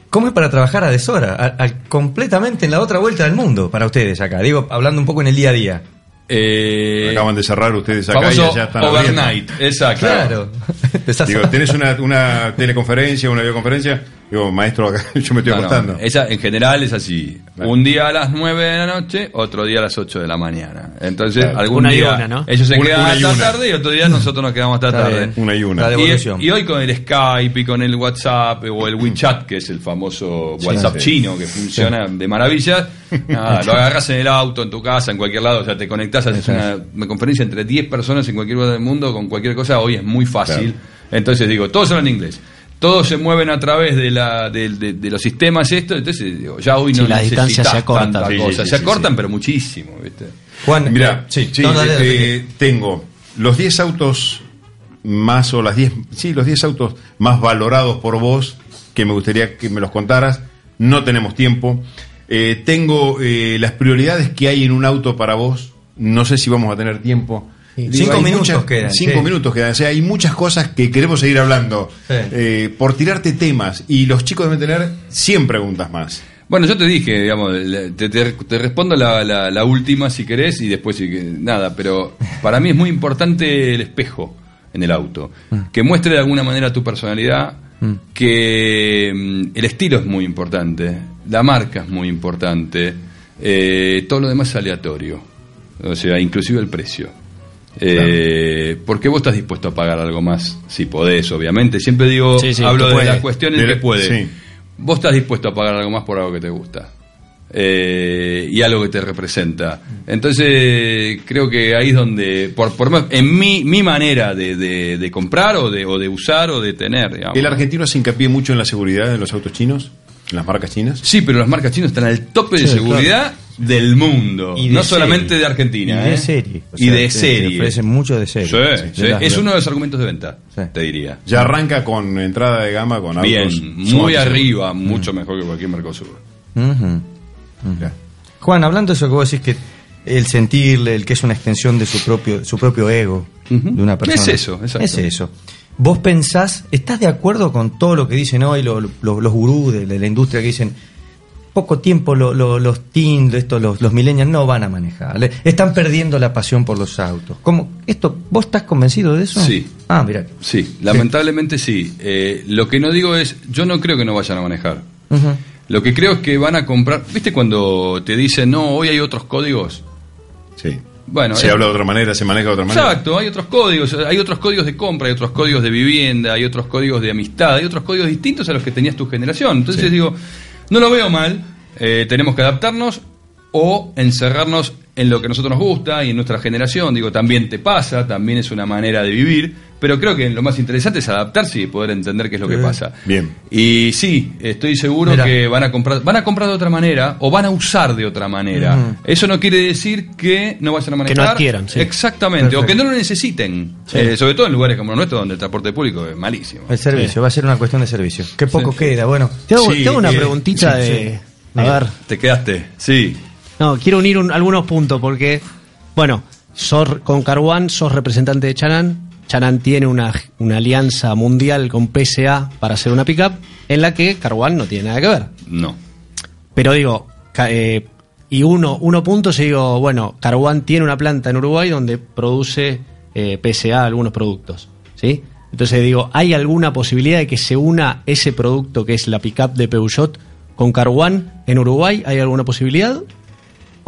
¿Cómo es para trabajar a deshora? A- a- completamente en la otra vuelta del mundo para ustedes acá. Digo, hablando un poco en el día a día. Eh, Acaban de cerrar ustedes acá y famoso ya están abriendo. overnight, exacto. Claro. Estás- Digo, ¿tenés una, una teleconferencia, una videoconferencia? Digo, maestro, acá *laughs* yo me estoy No, no, acostando. esa en general es así. Claro. Un día a las 9 de la noche, otro día a las 8 de la mañana. Entonces, Claro. algún Una y día una, ¿no? ellos se Una- quedan una y hasta una. tarde y otro día nosotros nos quedamos hasta Está tarde. bien. Una y una. La Y- devolución. Y, hoy con el Skype y con el WhatsApp eh, o el WeChat, que es el famoso Sí, WhatsApp sí. chino que funciona *laughs* de maravilla, nada, lo agarras en el auto, en tu casa, en cualquier lado, o sea, te conectás, haces una, una conferencia entre 10 personas en cualquier lugar del mundo con cualquier cosa, hoy es muy fácil. Entonces digo, todos hablan inglés. Todos se mueven a través de, la, de, de- de los sistemas esto, entonces digo, ya hoy Sí, no las necesitas distancias se acortan. tanta Sí, sí, cosa. sí, se sí, acortan, sí. pero muchísimo, ¿viste? Juan, Mira, eh, *laughs* sí, sí, no, dale, dale. eh, tengo los 10 autos más o las 10, sí, los 10 autos más valorados por vos que me gustaría que me los contaras. No tenemos tiempo. Eh, tengo eh, las prioridades que hay en un auto para vos. No sé si vamos a tener tiempo. Sí. Cinco hay minutos quedan, Cinco sí. minutos quedan. O sea, hay muchas cosas que queremos seguir hablando. Sí. Eh, por tirarte temas. Y los chicos deben tener 100 preguntas más. Bueno, yo te dije, digamos, la- te, te- te respondo la, la- la última si querés y después si que- nada, pero para mí es muy importante el espejo en el auto, Ah. que muestre de alguna manera tu personalidad, Mm. que mm, el estilo es muy importante, la marca es muy importante, eh, todo lo demás es aleatorio, o sea, inclusive el precio. Eh, porque vos estás dispuesto a pagar algo más, si podés, obviamente. Siempre digo, Sí, sí, hablo tú de puedes. la cuestión en Pero- que puedes. sí. Vos estás dispuesto a pagar algo más por algo que te gusta eh, y algo que te representa. Entonces, creo que ahí es donde, por, por más, en mi, mi manera de, de- de comprar o de, o de usar o de tener, digamos. ¿El argentino se hincapié mucho en la seguridad de los autos chinos? ¿En las marcas chinas? Sí, pero las marcas chinas están al tope de seguridad del mundo, Y de serie. no solamente de Argentina. Y de ¿eh? serie. O y sea, de te- te serie. ofrecen mucho de serie. Sí, Sí, sí. de las- Es uno de los argumentos de venta, Sí. te diría. Ya arranca con entrada de gama con autos. Bien, muy sumamente arriba, Mm. mucho mejor que cualquier Mercosur. Ujú. seguros. Ya. Juan, hablando de eso que vos decís que el sentirle, el que es una extensión de su propio, su propio ego de una persona. Es eso, exacto. Es eso. vos pensás, ¿estás de acuerdo con todo lo que dicen hoy lo- lo- los, gurús de, de la industria que dicen poco tiempo lo- lo- los teen, estos, los, los millennials no van a manejar, le- están perdiendo la pasión por los autos? ¿Cómo, esto, ¿Vos estás convencido de eso? Sí. Ah, mira. Sí, lamentablemente sí. Eh, lo que no digo es, yo no creo que no vayan a manejar. Lo que creo es que van a comprar. ¿Viste cuando te dicen, no, hoy hay otros códigos? Sí. Bueno, se eh, habla de otra manera, se maneja de otra manera. Exacto, hay otros códigos, hay otros códigos de compra, hay otros códigos de vivienda, hay otros códigos de amistad, hay otros códigos distintos a los que tenías tu generación. Entonces Sí. digo, no lo veo mal, eh, tenemos que adaptarnos o encerrarnos en lo que a nosotros nos gusta y en nuestra generación. Digo, también te pasa, también es una manera de vivir, pero creo que lo más interesante es adaptarse y poder entender qué es lo que Eh, pasa. bien. Y sí, estoy seguro Mirá. que van a comprar, van a comprar de otra manera o van a usar de otra manera. Ujú. Eso no quiere decir que no vayan a manejar. adquieran, sí. Exactamente, o Perfecto. que no lo necesiten. Eh, sobre todo en lugares como el nuestro, donde el transporte público es malísimo. El servicio, va a ser una cuestión de servicio. Qué poco queda, bueno. Te hago, Sí, te hago una eh, preguntita sí, de. sí. A ver. Te quedaste, sí. No, quiero unir un- algunos puntos porque, bueno, sos- con Carwan sos representante de Chanan. Chanan tiene una, una alianza mundial con PSA para hacer una pickup en la que Carwan no tiene nada que ver. No. Pero digo, ca- eh, y uno, uno punto, yo digo, bueno, Carwan tiene una planta en Uruguay donde produce eh, PSA algunos productos, ¿sí? Entonces digo, ¿hay alguna posibilidad de que se una ese producto que es la pickup de Peugeot con Carwan en Uruguay? ¿Hay alguna posibilidad?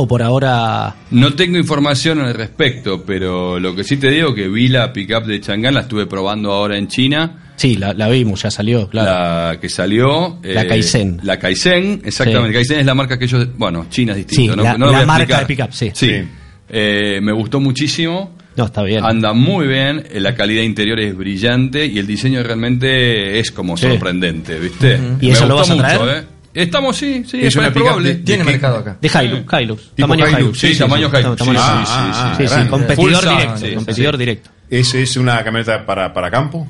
¿O por ahora No tengo información al respecto, pero lo que sí te digo que vi la pickup de Chang'an, la estuve probando ahora en China. sí, la, la vimos, ya salió, claro. La que salió. eh, La Kaizen. La Kaizen, exactamente. Sí. Kaizen es la marca que ellos. Bueno, China es distinto. Sí, no, la- no lo la voy a marca explicar. de pickup, sí. Sí. Eh, me gustó muchísimo. No, está bien. Anda muy bien, eh, la calidad interior es brillante y el diseño realmente es como Sí. sorprendente, ¿viste? ¿Y Me eso lo gustó vas a traer? eh. Estamos, sí, sí, Es es, una pickup probable. de- Tiene ¿De qué? mercado acá. De Hilux, Hilux, Tipo tamaño Hilux, Hilux. Sí, tamaño Hilux, sí, tamaño sí, Hilux. sí, Ah, Sí, sí, grande. competidor Full directo, size, sí, competidor directo. ¿Es, es una camioneta para, para campo?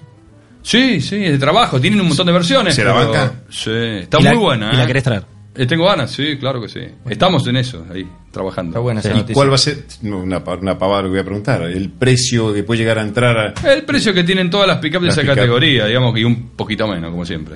Sí, sí, es de trabajo, tienen un montón de versiones. ¿Se la pero- banca? Sí, está Y la- muy buena. y la eh. querés traer. Eh, tengo ganas, sí, claro que sí. Estamos en eso, ahí, trabajando. Está buena esa ¿Y noticia. cuál va a ser? no, Una, pa- una pavada lo que voy a preguntar. El precio que puede llegar a entrar a. El precio que tienen todas las pickups de Las esa pick-up. categoría, digamos que y un poquito menos, como siempre.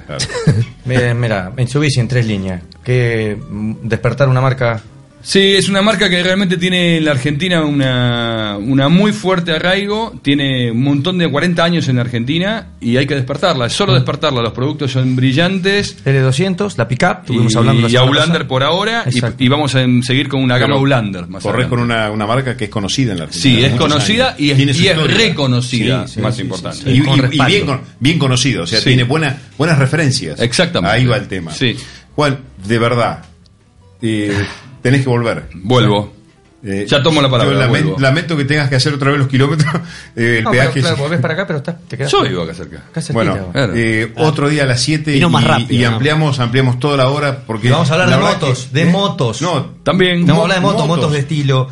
Mira, mira, Mitsubishi en tres líneas. Que mm, despertar una marca Sí, es una marca que realmente tiene en la Argentina una, una muy fuerte arraigo, tiene un montón de 40 años en la Argentina y hay que despertarla, es Mm. solo despertarla, los productos son brillantes. L200, la pickup, estuvimos y, hablando la y a semana Ulander pasada. por ahora Exacto. y, y vamos a em, seguir con una gama Pero Ulander más Corres con adelante. una, una marca que es conocida en la Argentina. Sí, es Muchos conocida años. y Tiene es, su y es historia. reconocida, Sí, sí, más sí, importante. sí. Y, Con y- y respaldo. bien, con- bien conocido, o sea, Sí. tiene buena, buenas referencias. Exactamente. Ahí va el tema. Sí. Juan, de verdad, eh, tenés que volver. Vuelvo. Eh, Ya tomo la palabra, yo lamen- vuelvo. lamento que tengas que hacer otra vez los kilómetros. *laughs* eh, el No, pero, peaje es- claro, volvés para acá, pero estás- te quedas. Yo vivo acá cerca. acá cerquita, Bueno, vos. Claro. eh, otro día a las 7 y, Vino más rápido, y ¿no? ampliamos, ampliamos toda la hora porque Y vamos a hablar la de verdad motos, que- ¿eh? de motos. No, También. Vamos a hablar de motos, motos. motos de estilo.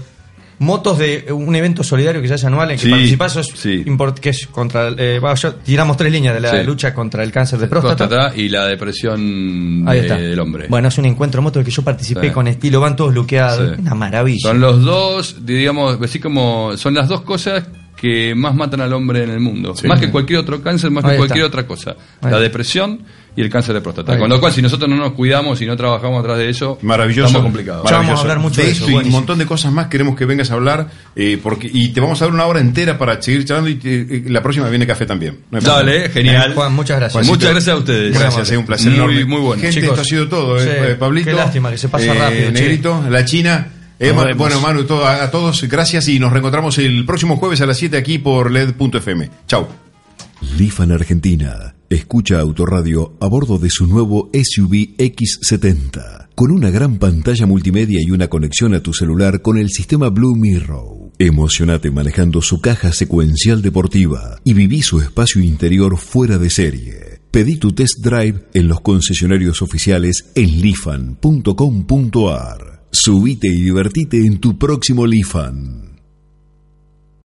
Motos de un evento solidario que se hace anual en que Sí, participás, sos sí. import- que es contra. el- eh, bueno, yo- tiramos tres líneas de la Sí. lucha contra el cáncer de próstata. Próstata y la depresión Ahí de- está. del hombre. Bueno, es un encuentro moto del que yo participé Sí. con estilo, van todos luqueados. Sí. Una maravilla. Son los dos, digamos, así como son las dos cosas que más matan al hombre en el mundo. Más que cualquier otro cáncer, más Ahí que cualquier está. otra cosa. Ahí La está. depresión y el cáncer de próstata. Ahí Con está. lo cual, si nosotros no nos cuidamos y no trabajamos atrás de eso, Maravilloso. estamos complicados. Maravilloso. Ya vamos a hablar mucho de y eso, un buenísimo. montón de cosas más queremos que vengas a hablar. eh, porque, y te vamos a dar una hora entera para seguir charlando. Y te- y la próxima viene café también. No hay problema. Dale, genial. Juan, muchas gracias. Muchas Juancito, gracias a ustedes. Gracias, es un placer muy, enorme. Muy bueno. Gente, Chicos, esto ha sido todo, eh, sí, eh, Pablito. qué lástima que se pasa Eh, rápido, che. Negrito, la China. eh, Nos Ma- vemos. bueno, Manu, todo- a, a todos, gracias y nos reencontramos el próximo jueves a las 7 aquí por E LED.fm. Chau. Lifan Argentina. Escucha Autoradio a bordo de su nuevo SUV X70. Con una gran pantalla multimedia y una conexión a tu celular con el sistema Blue Mirror. Emocionate manejando su caja secuencial deportiva y viví su espacio interior fuera de serie. Pedí tu test drive en los concesionarios oficiales en lifan.com.ar. Subite y divertite en tu próximo Lifan.